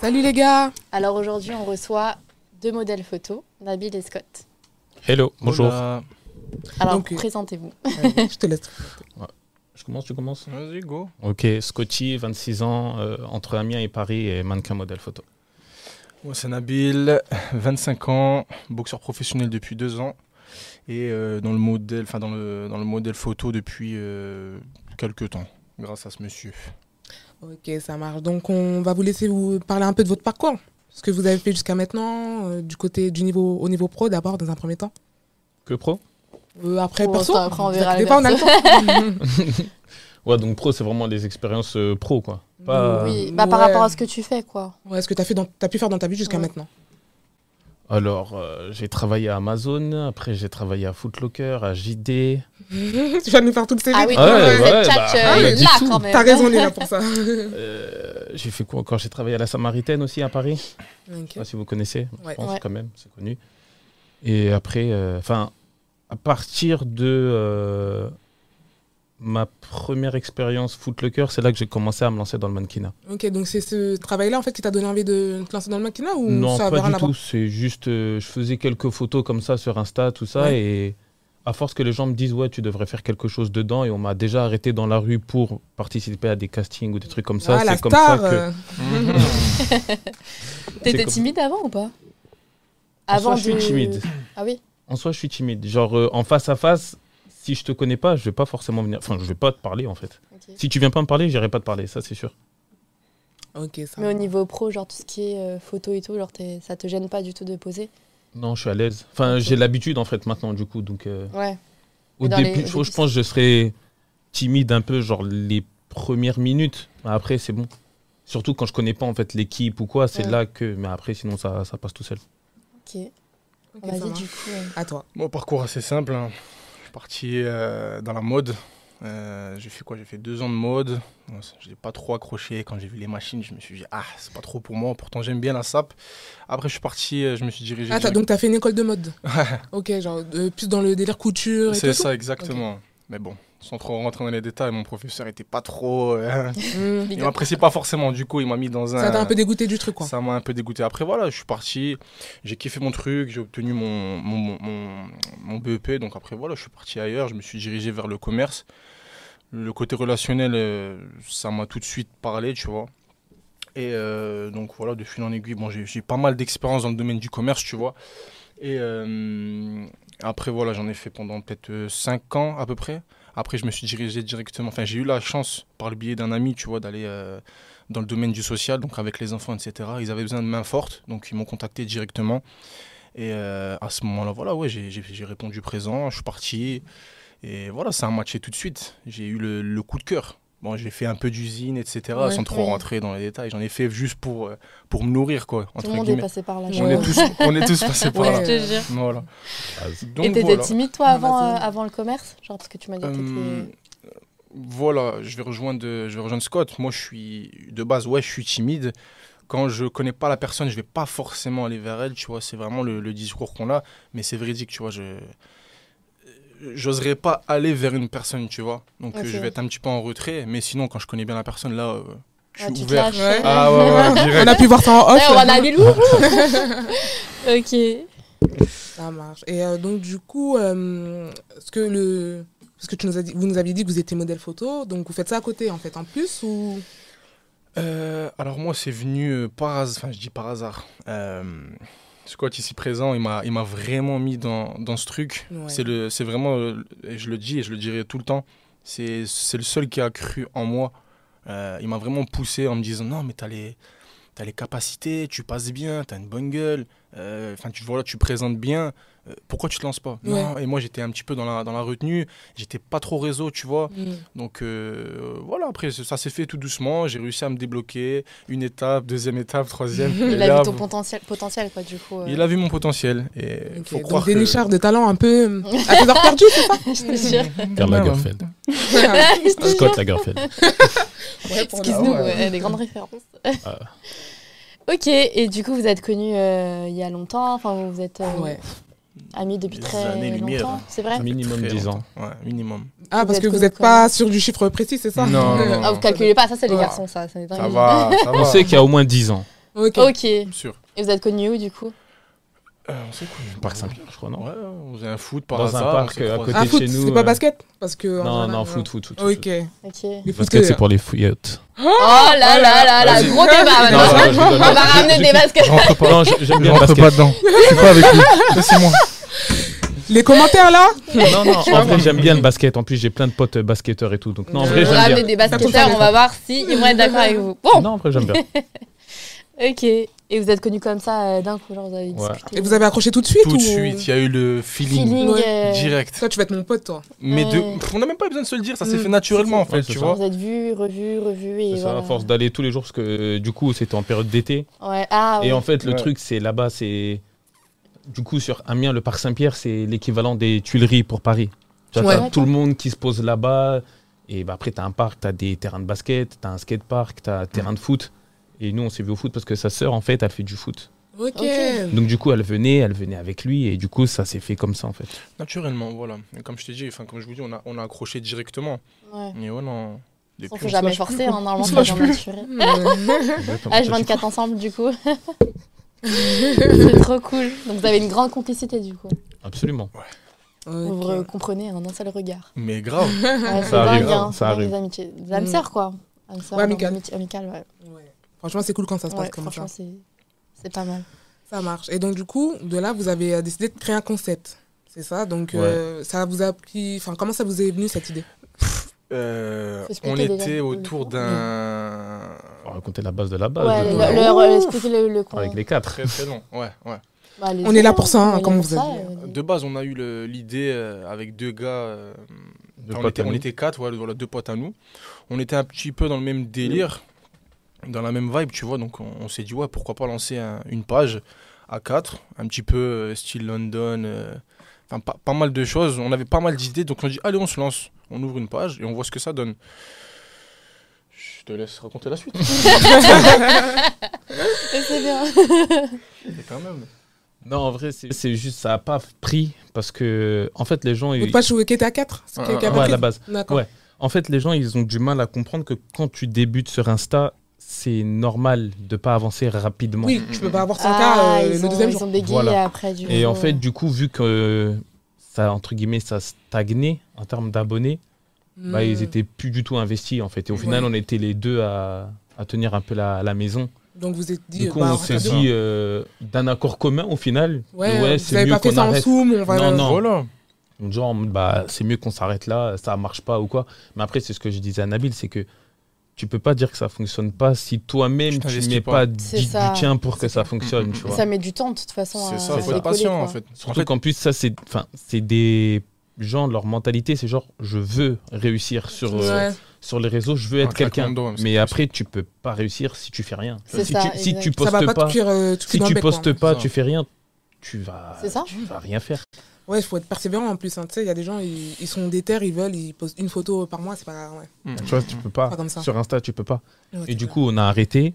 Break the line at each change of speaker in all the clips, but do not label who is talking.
Salut les gars
Alors aujourd'hui, on reçoit deux modèles photos, Nabil et Scott.
Hello, bonjour.
Oula.
Alors
Donc, euh,
présentez-vous.
Je te laisse.
Je commence, tu commences
Vas-y, go.
Ok, Scotty, 26 ans, euh, entre Amiens et Paris et mannequin modèle photo.
Moi, c'est Nabil, 25 ans, boxeur professionnel depuis deux ans et euh, dans, le modèle, enfin, dans, le, dans le modèle photo depuis euh, quelques temps, grâce à ce monsieur.
Ok, ça marche. Donc on va vous laisser vous parler un peu de votre parcours, ce que vous avez fait jusqu'à maintenant, euh, du côté du niveau au niveau pro d'abord dans un premier temps.
Que pro
Euh, après
Bon,
perso,
ça, après, on
vous
verra le
inquiétez pas, on a le temps.
Ouais, donc pro, c'est vraiment des expériences euh, pro, quoi. Pas- euh,
oui, bah, par
Euh, ouais.
rapport à ce que tu fais, quoi.
ouais, ce que tu as, as pu faire dans ta vie jusqu'à
Ouais.
maintenant.
Alors, euh, j'ai travaillé à Amazon, après j'ai travaillé à Footlocker, à JD.
tu vas nous faire toutes ces
Ah
vies.
oui,
Ouais,
donc, euh,
ouais,
cette
bah,
tchatche, euh,
on a
est
dit
là
tout.
quand même.
T'as raison, on est là pour ça.
Euh, j'ai fait quoi encore J'ai travaillé à la Samaritaine aussi à Paris. Je sais pas si vous connaissez,
Ouais.
je pense
Ouais.
quand même, c'est connu. Et après, euh, enfin, à partir de euh, ma première expérience Footlocker, c'est là que j'ai commencé à me lancer dans le mannequinat.
Ok, donc c'est ce travail-là en fait qui t'a donné envie de te lancer dans le mannequinat ou
Non,
ça avait
pas
rien
du
à voir
tout. C'est juste, euh, je faisais quelques photos comme ça sur Insta, tout ça,
Ouais.
et à force que les gens me disent, ouais, tu devrais faire quelque chose dedans, et on m'a déjà arrêté dans la rue pour participer à des castings ou des trucs comme ça.
Ah, la
c'est comme
star
ça que.
euh,
T'étais
C'est comme-
timide avant ou pas
En soi,
Avant
je suis
de-
timide.
Ah oui
En soi, je suis timide. Genre, euh, en face à face, si je te connais pas, je vais pas forcément venir. Enfin, je vais pas te parler, en fait.
ok.
Ah.
Si tu viens pas me parler, j'irai pas te parler, ça, c'est sûr.
Ok, ça.
Mais au niveau pro, genre tout ce qui est euh, photo et tout, genre t'es- ça te gêne pas du tout de poser
Non, je suis à l'aise. Enfin, j'ai l'habitude, en fait, maintenant, du coup. Donc, euh,
Ouais.
Au
Dans les-
début,
au
je,
début,
je pense que je serais timide un peu, genre les premières minutes. Mais Après, c'est bon. Surtout quand je connais pas en fait l'équipe ou quoi, c'est
Ouais.
là que. Mais après, sinon, ça, ça passe tout seul.
Ok.
Ok, ça
Vas-y,
marche.
du coup. euh,
À toi.
Mon parcours assez simple. hein. Je suis parti euh, dans la mode. Euh, j'ai fait quoi J'ai fait deux ans de mode. Bon, ça, Je n'ai pas trop accroché. Quand j'ai vu les machines, je me suis dit, ah, c'est pas trop pour moi. Pourtant, j'aime bien la SAP. Après, je suis parti, euh, je me suis dirigé.
Ah, t'as-
direct-
donc t'as fait une école de mode. ok, genre euh, plus dans le délire couture et tout.
C'est ça, exactement. Mais bon, sans trop rentrer dans les détails, mon professeur était pas trop. euh,
tout. Mm.
il m'appréciait pas forcément. Du coup, il m'a mis dans un.
Ça t'a un peu dégoûté du truc, quoi.
Ça m'a un peu dégoûté. Après, voilà, je suis parti, j'ai kiffé mon truc, j'ai obtenu mon, mon, mon- mon- mon BEP. Donc, après, voilà, je suis parti ailleurs, je me suis dirigé vers le commerce. Le côté relationnel, euh, ça m'a tout de suite parlé, tu vois. Et euh, donc, voilà, de fil en aiguille, bon, j'ai j'ai pas mal d'expérience dans le domaine du commerce, tu vois. Et euh, après, voilà, j'en ai fait pendant peut-être 5 ans à peu près. Après, je me suis dirigé directement. Enfin, j'ai eu la chance, par le biais d'un ami, tu vois, d'aller euh, dans le domaine du social, donc avec les enfants, etc. Ils avaient besoin de mains fortes, donc ils m'ont contacté directement. Et euh, à ce moment-là, voilà, ouais, j'ai- j'ai j'ai répondu présent, je suis parti. Et voilà, ça a matché tout de suite. J'ai eu le, le coup de cœur. Bon, j'ai fait un peu d'usine, etc.,
Ouais,
sans trop
oui.
rentrer dans les détails. J'en ai fait juste pour, euh, pour me nourrir, quoi. Entre
Tout le monde est
guillemets.
passé par là.
On
je
on,
crois.
est tous, on est tous passés par
Ouais.
là.
Je te jure.
Voilà.
Et
Donc
t'étais
voilà.
timide toi avant,
Amazon.
euh, avant le commerce Genre parce que tu m'as dit que
Euh,
t'étais.
voilà, je vais rejoindre je vais rejoindre Scott. Moi je suis de base ouais, je suis timide. Quand je connais pas la personne, je vais pas forcément aller vers elle, tu vois, c'est vraiment le, le discours qu'on a, mais c'est véridique, tu vois, je j'oserais pas aller vers une personne, tu vois. Donc
Ouais,
euh,
c'est
je vais
vrai.
être un petit peu en retrait, mais sinon quand je connais bien la personne là euh, je
Ah,
suis
tu te
ouvert.
lâches.
Ouais.
Ah ouais, ouais, direct.
On a pu voir Oh, ça en off.
Ouais, on a eu le wouhou. Ok.
Ça marche. Et euh, donc, du coup, euh, ce que le. Parce que tu nous as dit, vous nous aviez dit que vous étiez modèle photo, donc vous faites ça à côté, en fait, en plus ou...
Euh, alors moi, c'est venu euh, par hasard, enfin je dis par hasard. Euh, Scott ici présent, il m'a, il m'a vraiment mis dans, dans ce truc.
Ouais.
C'est, le, c'est vraiment, euh, et je le dis et je le dirai tout le temps, c'est, c'est le seul qui a cru en moi. Euh, il m'a vraiment poussé en me disant non mais t'as les, t'as les capacités, tu passes bien, t'as une bonne gueule, euh, enfin tu voilà, tu présentes bien. euh, pourquoi tu te lances pas Non. Et moi j'étais un petit peu dans la, dans la retenue, j'étais pas trop réseau, tu vois. Donc euh, voilà, après ça s'est fait tout doucement, j'ai réussi à me débloquer, une étape, deuxième étape, troisième. et
Il a
là,
vu ton potentiel, potentiel quoi, du coup. euh,
il a vu mon potentiel et
Ok,
faut
donc
croire
des
que
nicheurs de talent un peu euh, à tes heures perdues, c'est ça
je te jure.
Karl
Ouais, ouais.
Lagerfeld.
Ouais,
Je te jure.
Scott Lagerfeld.
pour
Excuse-nous,
Ah ouais.
ouais, des grandes références.
Ah.
ok, et du coup, vous êtes connus euh, il y a longtemps, enfin, vous vous êtes
le-
euh,
Ah Ouais.
amis depuis
Des
très
années-lumière. hein.
longtemps, c'est vrai
Minimum
Très
10 ans.
Ouais, minimum.
Ah, parce
êtes
que vous
connus
n'êtes pas sur du chiffre précis, c'est ça
Non, non, non.
Ah, vous Ah, calculez pas, ça c'est les
Ouais.
garçons, ça, c'est dingue.
Ça va, ça
On
va.
sait qu'il y a au moins 10 ans.
Ok.
Ok. Et
bien sûr.
vous êtes connu où du coup
Euh, on s'est connus.
Parc Saint-Pierre, je crois, non
Ouais, on faisait un foot par
Dans un
hasard.
parc,
on s'est
euh, à
croisés.
côté.
Ah,
de
foot,
chez nous,
c'est pas
euh,
basket Parce que. en
Non,
général,
non,
euh,
foot, foot, foot.
Ok. euh,
Ok.
Les
Basket, c'est
footeurs.
pour les fouillottes.
Oh là là là là,
Vas-y.
gros débat
Non,
maintenant.
ça va, je
On
rigole.
va ramener des baskets.
Je rentre pas,
Non, je- j'aime
je
bien le
rentre
basket.
Ah, pas dedans. Je suis pas avec lui. Ça, c'est moi.
Les commentaires là
Non, non, en vrai, j'aime bien le basket. En plus, j'ai plein de potes euh, basketteurs et tout. Donc, non, en vrai,
On va
j'aime bien.
ramener des Oh
Ça compte pas,
basketteurs,
ça.
on va voir si ils vont être d'accord avec vous. Bon,
Non, en vrai, j'aime bien.
ok. Et vous êtes connus comme ça euh, d'un coup, genre vous avez
Ouais.
discuté.
Et vous avez accroché tout de suite
Tout de
ou-
suite, il y a eu le feeling
feeling.
Ouais.
euh,
direct.
Toi, tu vas être mon pote, toi.
Mais de...
Ouais.
on n'a même pas besoin de se le dire, ça s'est
Mm.
fait naturellement en fait,
Ouais, c'est
tu
ça.
vois.
Vous êtes vu, revu, revu et
C'est ça,
voilà.
à force d'aller tous les jours, parce que euh, du coup, c'était en période d'été.
Ouais. Ah,
Et
ouais.
en fait, le
Ouais.
truc, c'est là-bas, c'est. Du coup, sur Amiens, le parc Saint-Pierre, c'est l'équivalent des Tuileries pour Paris. Tu vois,
Ouais.
t'as tout le monde qui se pose là-bas. Et bah, après, t'as un parc, t'as des terrains de basket, t'as un skatepark, t'as un terrain de foot. Et nous, on s'est vu au foot parce que sa sœur, en fait, elle fait du foot.
Ok.
Donc, du coup, elle venait, elle venait avec lui. Et du coup, ça s'est fait comme ça, en fait.
Naturellement, voilà. Et comme je t'ai dit, enfin comme je vous dis, on a, on a accroché directement.
Ouais.
Mais ouais, non.
De toute façon,
Depuis,
faut
on se
jamais
lâche
forcer,
plus,
hein,
quoi.
normalement,
On se
ça
lâche
vient
plus.
naturel.
Hmm.
H24 ensemble, du coup. c'est trop cool. Donc, vous avez une grande complicité, du coup.
Absolument.
Vous
Ok.
vous comprenez en un seul regard.
Mais grave.
Ouais, c'est
arrive,
dingue, hein,
ça
c'est dingue,
arrive.
les amitiés. Des âmes
Mm.
sœurs, quoi. Âmes sœurs,
Ouais,
âmes
amicales.
amiti- amicales, ouais.
Ouais. Franchement, c'est cool quand ça se passe
Ouais,
comme ça.
franchement, c'est c'est pas mal.
Ça marche. Et donc, du coup, de là, vous avez euh, décidé de créer un concept. C'est ça Donc,
Ouais.
euh, ça vous a pris. Enfin, comment ça vous est venu cette idée
Euh,
Faut expliquer
on
déjà
était
le-
autour
le-
d'un.
On va raconter la base de la base.
Ouais, le-
du coup,
ouais.
leur
Ouf.
leur expliquer le, le con-
Avec les quatre.
Très très long, ouais, ouais.
Bah, les
On est là
enfants,
pour ça, hein,
on est là
comme
pour
vous
ça,
avez
euh, les-
De base, on a eu le- l'idée euh, avec deux gars. euh,
Deux
on,
potes
était,
à
on
nous.
était quatre, ouais, voilà, deux potes à nous. On était un petit peu dans le même délire, dans la même vibe, tu vois. Donc, on, on s'est dit, ouais, pourquoi pas lancer un- une page à quatre, un petit peu euh, style London, euh, enfin, pas, pas mal de choses. On avait pas mal d'idées, donc on dit, allez, on se lance. On ouvre une page et on voit ce que ça donne. Je te laisse raconter la suite.
Et c'est bien.
Mais quand même.
Non, en vrai, c'est c'est juste, ça n'a pas pris parce que, en fait, les gens.
Votre
Ils...
page qui était à 4
Ouais,
Ouais, à la base.
D'accord.
Ouais. En fait, les gens, ils ont du mal à comprendre que quand tu débutes sur Insta, c'est normal de pas avancer rapidement.
Oui, tu peux pas avoir 100K
Ah,
euh,
ils
le
ont-
deuxième
ils
jour.
ont bégayé
Voilà.
après, du
Et
coup,
en
euh,
fait, du coup, vu que euh, ça, entre guillemets, ça stagnait en termes d'abonnés, bah, ils
Hmm.
étaient plus du tout investis, en fait. Et au final,
Ouais.
on était les deux à, à tenir un peu la, la maison.
Donc, vous êtes dit.
Du coup,
bah,
on
va
s'est
faire
dit, euh, d'un accord commun, au final,
deux. Ouais,
que, ouais,
vous
c'est
avez
mieux
pas fait
qu'on
ça en
arrête.
soum. On va
Non,
euh,
non.
Voilà.
genre bah c'est mieux qu'on s'arrête là ça marche pas ou quoi mais après c'est ce que je disais à Nabil c'est que tu peux pas dire que ça fonctionne pas si
Tu
toi-même tu
t'investis
mets
pas.
pas,
C'est
du, du
ça.
tien pour que ça
Mm,
fonctionne tu
mm,
vois
Ça met du temps, de toute façon. à-
C'est
à
ça, faut
décoller,
être patient
euh, quoi.
en fait. En
surtout
fait,
qu'en plus ça c'est enfin c'est des gens leur mentalité c'est genre je veux réussir sur euh,
ouais.
sur les réseaux je veux être
Un claquement
quelqu'un
de doigts, mais c'est
mais
pas
après tu peux pas réussir si tu fais rien
C'est
si
ça,
tu, si
exact.
tu
Ça va
postes
pas
pas,
te cuire euh, tout de
si
suite dans
tu
le bec, quoi.
postes pas
Ça.
tu fais rien tu vas
C'est ça
tu vas rien faire
Ouais, il faut être persévérant en plus. hein. Tu sais, il y a des gens, ils, ils sont déter, ils veulent, ils posent une photo par mois, c'est pas. Ouais.
mm,
tu vois tu peux pas
Pas comme ça.
sur Insta tu peux pas
Ouais,
Et
c'est
du
vrai.
coup, on a arrêté.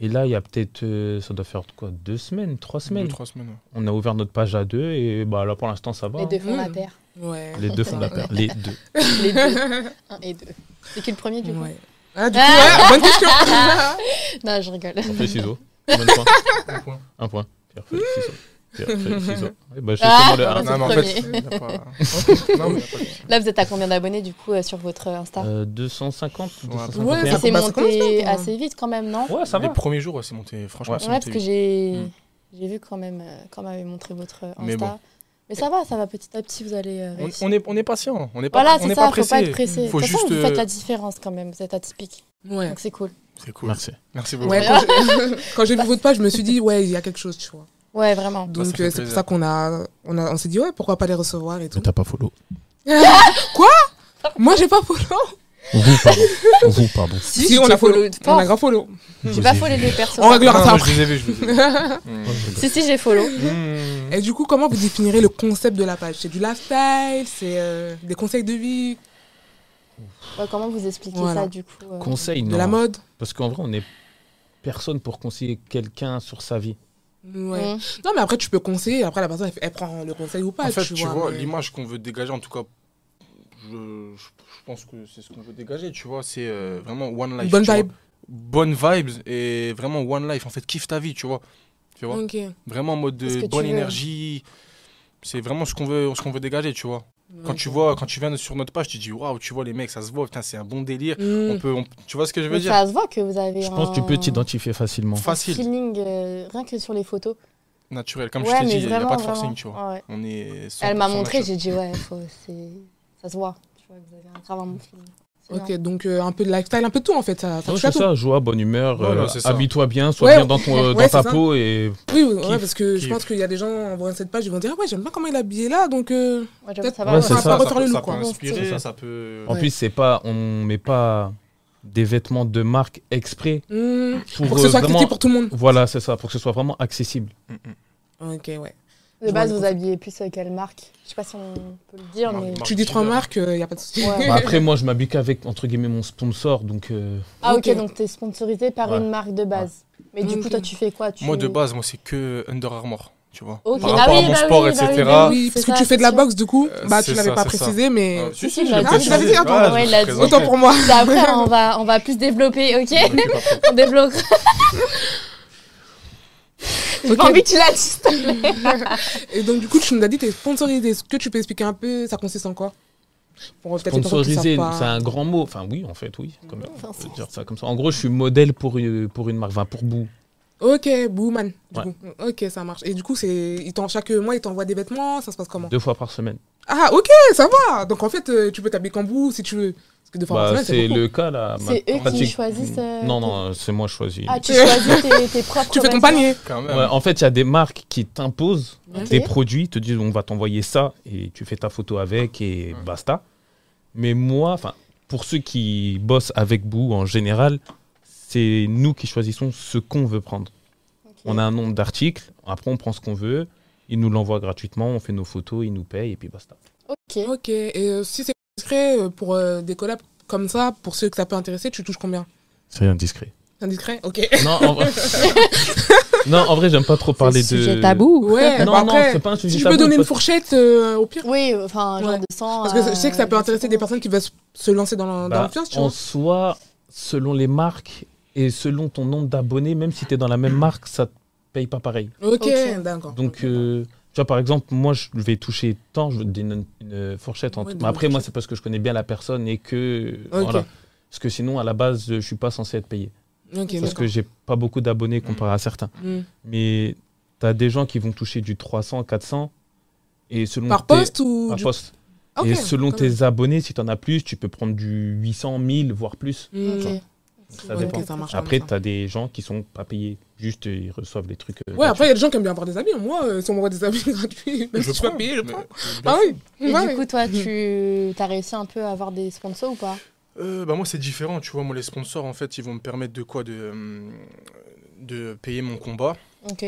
Et là, il y a peut-être, euh, ça doit faire quoi, deux semaines, trois
deux,
semaines.
trois semaines.
On a ouvert notre page à deux et bah là, pour l'instant, ça va.
Les
hein.
deux font la
Mm.
paire.
Ouais.
Les deux font la paire. Les deux.
Mmh. Les deux. Un et deux. C'est qui le premier, du coup
Ouais. Ah, du coup, ouais, bonne question.
Non, je rigole.
On fait ciseaux. Combien de points
Un point.
Un point. Pierre fait ciseaux. Pierre fait ciseaux. Eh ben, je sais
Ah,
comment le-
Ah,
Ah,
c'est
non, mais en
le
fait,
premier.
il y a pas- Non, mais il y a pas de-
Là, vous êtes à combien d'abonnés, du coup, euh, sur votre Insta
euh, 250 ou
Ouais,
251.
Ça
ça
s'est
commence comme
monté
ça, quoi.
assez vite, quand même, non
Ouais, ça
les
va.
premiers jours, ouais, c'est monté. Franchement,
Ouais.
c'est
Ouais, parce
monté
que
vite.
j'ai
Mm.
j'ai vu quand même, euh, quand m'avait montré votre euh, Insta.
Mais
Mais,
bon.
ça va, ça va petit à petit, vous allez euh,
on,
réussir.
on est, on est patient. On n'est pas,
Voilà,
on
c'est
n'est
ça,
pas
faut pas
pressé.
être pressé.
Faut
de toute façon,
juste,
vous faites
euh,
la différence quand même, vous êtes atypique.
Ouais.
Donc c'est cool.
C'est cool. Merci,
Merci.
beaucoup.
Ouais, quand j'ai- quand j'ai vu votre page, je me suis dit, ouais, il y a quelque chose, tu vois.
Ouais,
Ah,
vraiment.
Donc,
fait
euh, c'est pour
plaisir.
ça qu'on a, on a, on s'est dit, ouais, pourquoi pas les recevoir et tout.
t'as pas follow.
Moi, j'ai pas follow.
Vous, pardon. Vous, pardon.
Si, on a follow. On a grave follow.
Tu vas follow les deux personnes.
On réglera
Non,
ça
moi,
après.
je les ai vus, je les ai vus.
Si, si, j'ai follow.
Mm. Mm.
Et du coup, comment vous définirez le concept de la page C'est du lifestyle, c'est euh, des conseils de vie,
Ouais, comment vous expliquez
Voilà.
ça, du coup euh,
Conseil,
de
non.
la mode.
Parce qu'en vrai, on est personne pour conseiller quelqu'un sur sa vie.
Ouais.
Mm.
Non, mais après, tu peux conseiller. Après, la personne, elle, elle prend le conseil ou pas.
En fait,
tu,
tu vois,
mais-
l'image qu'on veut dégager, en tout cas, je, je- je pense que c'est ce qu'on veut dégager, tu vois. C'est euh, vraiment One Life.
Une bonne
tu vois.
vibe.
bonnes vibes et vraiment one life. En fait, kiffe ta vie, tu vois. Tu vois
Ok.
Vraiment en mode
C'est ce
de
Mm. que tu
bonne
veux.
énergie. C'est vraiment ce qu'on veut, ce qu'on veut dégager, tu vois.
Mm.
Quand tu vois, quand tu viens sur notre page, tu dis waouh, tu vois les mecs, ça se voit, putain, c'est un bon délire. On
Mm.
peut, on- tu vois ce que je veux
Mais
dire
Ça se voit que vous avez
Je pense que tu peux
un-
t'identifier facilement.
un
Facile,
feeling euh, rien que sur les photos.
naturel. Comme
Ouais,
je
mais
t'ai dit, il n'y a
vraiment,
pas de forcing,
vraiment.
tu vois.
Ouais.
On est 100%
Elle m'a montré,
naturel.
j'ai dit ouais, faut, c'est- ça se voit. Tu vois, vous avez un grave un bon feeling. C'est
Ok,
bien.
donc euh, un peu de lifestyle, un peu de tout en fait. Ça, ça
Non,
touche à
c'est
tout.
ça, joie, bonne humeur,
Voilà,
euh,
c'est ça.
habille-toi bien, sois
Ouais,
bien dans, ton, euh,
ouais,
dans ta
c'est ça.
peau et
Oui, oui, ouais,
Kiff,
parce que je
kiff.
pense qu'il y a des gens en voyant cette page, ils vont dire Ah ouais, j'aime pas comment il est habillé là, donc euh,
Ouais, j'avoue, ça
Ouais,
va. hein.
c'est
on va
ça.
pas
peut-
refaire le
ça
look
peut
quoi.
inspirer,
C'est ça.
ça peut. euh,
en plus c'est pas on met pas des vêtements de marque exprès
Mm.
pour,
Pour que ce
euh,
soit
vraiment
accessible pour tout le monde.
voilà, c'est ça, pour que ce soit vraiment accessible.
mm,
Ok, ouais.
De base, vous habillez plus euh, quelle marque Je sais pas si on peut le dire, mais.
Marque
Tu dis trois
dealer.
marques, il n'y a pas de souci.
Ouais.
Bah, après moi je m'habille qu'avec entre guillemets mon sponsor donc euh,
Ah, ok,
Ok.
donc t'es sponsorisé par
Ouais.
une marque de base. Mais du coup,
Ok.
toi, tu fais quoi tu...
Moi de base, moi c'est que Under Armour, tu vois.
Ok.
Par
Ah
rapport
oui,
à mon
bah
sport,
oui, bah
etc.
oui, bah
Oui, Euh,
C'est
parce que
ça,
tu fais de la
c'est ça.
boxe du coup,
Euh,
bah tu
c'est
l'avais
ça,
pas
c'est ça.
précisé, mais
Ah,
Si, si, je l'ai
l'ai
dit,
dit,
je l'ai
dit,
l'ai
attends.
Ah, je
Ouais, il
me
l'a
suis
dit.
présenté.
autant pour moi.
Ça, Après, hein, on va, on va plus développer, ok
Ok, parfait.
On développe. J'ai
Ok.
pas envie que tu lâches, s'il te plaît.
Et donc du coup, tu nous as dit t'es sponsorisé. Est-ce que tu peux expliquer un peu ça consiste en quoi Pour peut-être les personnes qui
sponsorisé,
savent pas.
c'est un grand mot. Enfin oui, en fait, oui, comme on peut
c'est-
dire ça comme ça. En gros, je suis modèle pour une, pour une marque, enfin pour Boo.
Ok, Booman. Du
Ouais.
coup. euh, Ok, ça marche. Et du coup, c'est ils t'en- chaque mois, ils t'envoient des vêtements, ça se passe comment
Deux fois par semaine.
Ah, ok, ça va. Donc en fait, euh, tu peux t'habiller qu'en bout si tu veux. Parce que deux fois
Bah,
par semaine,
c'est
c'est beaucoup.
le cas là. ma
C'est eux qui
pratique-
choisissent. euh,
Non non, c'est moi je choisis.
Ah, tu choisis tes, tes propres.
Tu fais ton
vêtements.
panier.
Quand même.
Ouais, en fait, il y a des marques qui t'imposent
Ok.
des produits, te disent on va t'envoyer ça et tu fais ta photo avec et
Ouais.
basta. Mais moi, enfin, pour ceux qui bossent avec Boo en général, c'est nous qui choisissons ce qu'on veut prendre.
Ok.
On a un nombre d'articles, après on prend ce qu'on veut, ils nous l'envoient gratuitement, on fait nos photos, ils nous payent et puis basta.
Ok.
Ok, et euh, si c'est discret euh, pour euh, des collabs comme ça, pour ceux que ça peut intéresser, tu touches combien
C'est indiscret.
C'est indiscret Ok.
Non, en vrai, non, en vrai j'aime pas trop parler de.
Ouais,
Non,
bah
non,
après,
c'est pas un sujet
si tu
tabou,
peux donner une
parce-
fourchette euh, au pire.
Oui, enfin, genre
Ouais.
de sang.
Parce que je sais que ça peut
euh,
intéresser des personnes qui veulent se- se lancer dans la- dans
Bah,
l'influence, tu
en
vois.
soi, selon les marques et selon ton nombre d'abonnés, même si tu es dans la même marque, ça te paye pas pareil.
Ok,
Ok.
d'accord.
Donc, euh, tu vois, par exemple, moi, je vais toucher tant, je donne une, une fourchette. en
Ouais,
tout.
donne
Mais
une
après, moi,
fourchette.
c'est parce que je connais bien la personne et que.
Ok.
Voilà. Parce que sinon, à la base, je suis pas censé être payé.
Ok,
parce
d'accord.
que j'ai pas beaucoup d'abonnés comparé à certains.
Mm.
Mais tu as des gens qui vont toucher du 300, 400. Et selon
Par
tes-
poste ou
par
du-
poste.
Ah, ok,
Et selon
quand même.
tes abonnés, si tu en as plus, tu peux prendre du 800, 1000, voire plus.
Mm.
ok.
Ça
Ok,
dépend.
ça marche.
Après,
comme
tu as des gens qui sont pas payés, juste euh, ils reçoivent les trucs. euh,
Ouais,
gratuits.
après, il y a des gens qui aiment bien avoir des habits. Moi, euh, si on m'envoie des habits gratuits, même si je suis pas payé, je
mais-
prends.
mais bien
Ah oui.
Et
Ouais.
du coup,
Mm.
toi, tu as réussi un peu à avoir des sponsors ou pas
Euh, bah moi c'est différent, tu vois, moi les sponsors en fait ils vont me permettre de quoi de, euh, de payer mon combat,
Ok.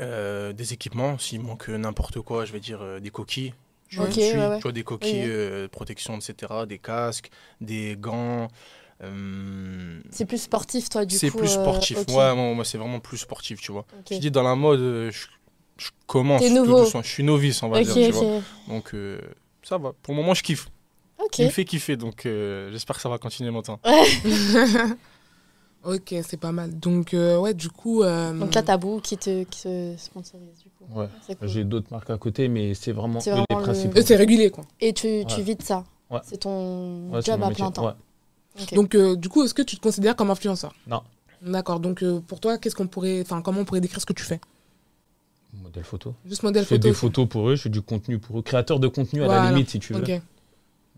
euh, des équipements, s'il manque n'importe quoi, je vais dire euh, des coquilles, je
Ok,
vais dessus,
ouais, ouais.
tu vois, des coquilles,
Oui, oui.
euh, protection, etc., des casques, des gants, euh,
C'est plus sportif, toi, du coup.
c'est plus
euh,
sportif,
ok.
ouais, moi, moi, c'est vraiment plus sportif, tu vois.
Ok.
Je dis dans la mode, euh, je, je commence,
T'es
tout
nouveau.
doucement, je suis novice on va
Ok,
dire, tu vois.
ok.
donc euh, ça va, pour le moment je kiffe,
Ok.
il me fait kiffer, donc euh, j'espère que ça va continuer longtemps.
Ok, c'est pas mal. Donc, euh, ouais, du coup. euh,
Donc là, Tabou qui te qui se sponsorise, du coup.
Ouais.
C'est cool.
J'ai d'autres marques à côté, mais c'est vraiment,
C'est
eux les
vraiment le-
principaux.
eux, euh, c'est régulier, quoi.
Et tu, tu
Ouais.
vis de ça
Ouais.
C'est ton
Ouais, c'est
job
mon
à
métier.
plein temps.
Ouais.
Ok.
Donc, euh, du coup, est-ce que tu te considères comme influenceur
Non.
D'accord. Donc, euh, pour toi, qu'est-ce qu'on pourrait. Enfin, comment on pourrait décrire ce que tu fais
Modèle photo.
Juste
Je
modèle
fais
photo.
des photos pour eux, je fais du contenu pour eux. Créateur de contenu à la
Voilà.
limite, si tu veux.
Ok.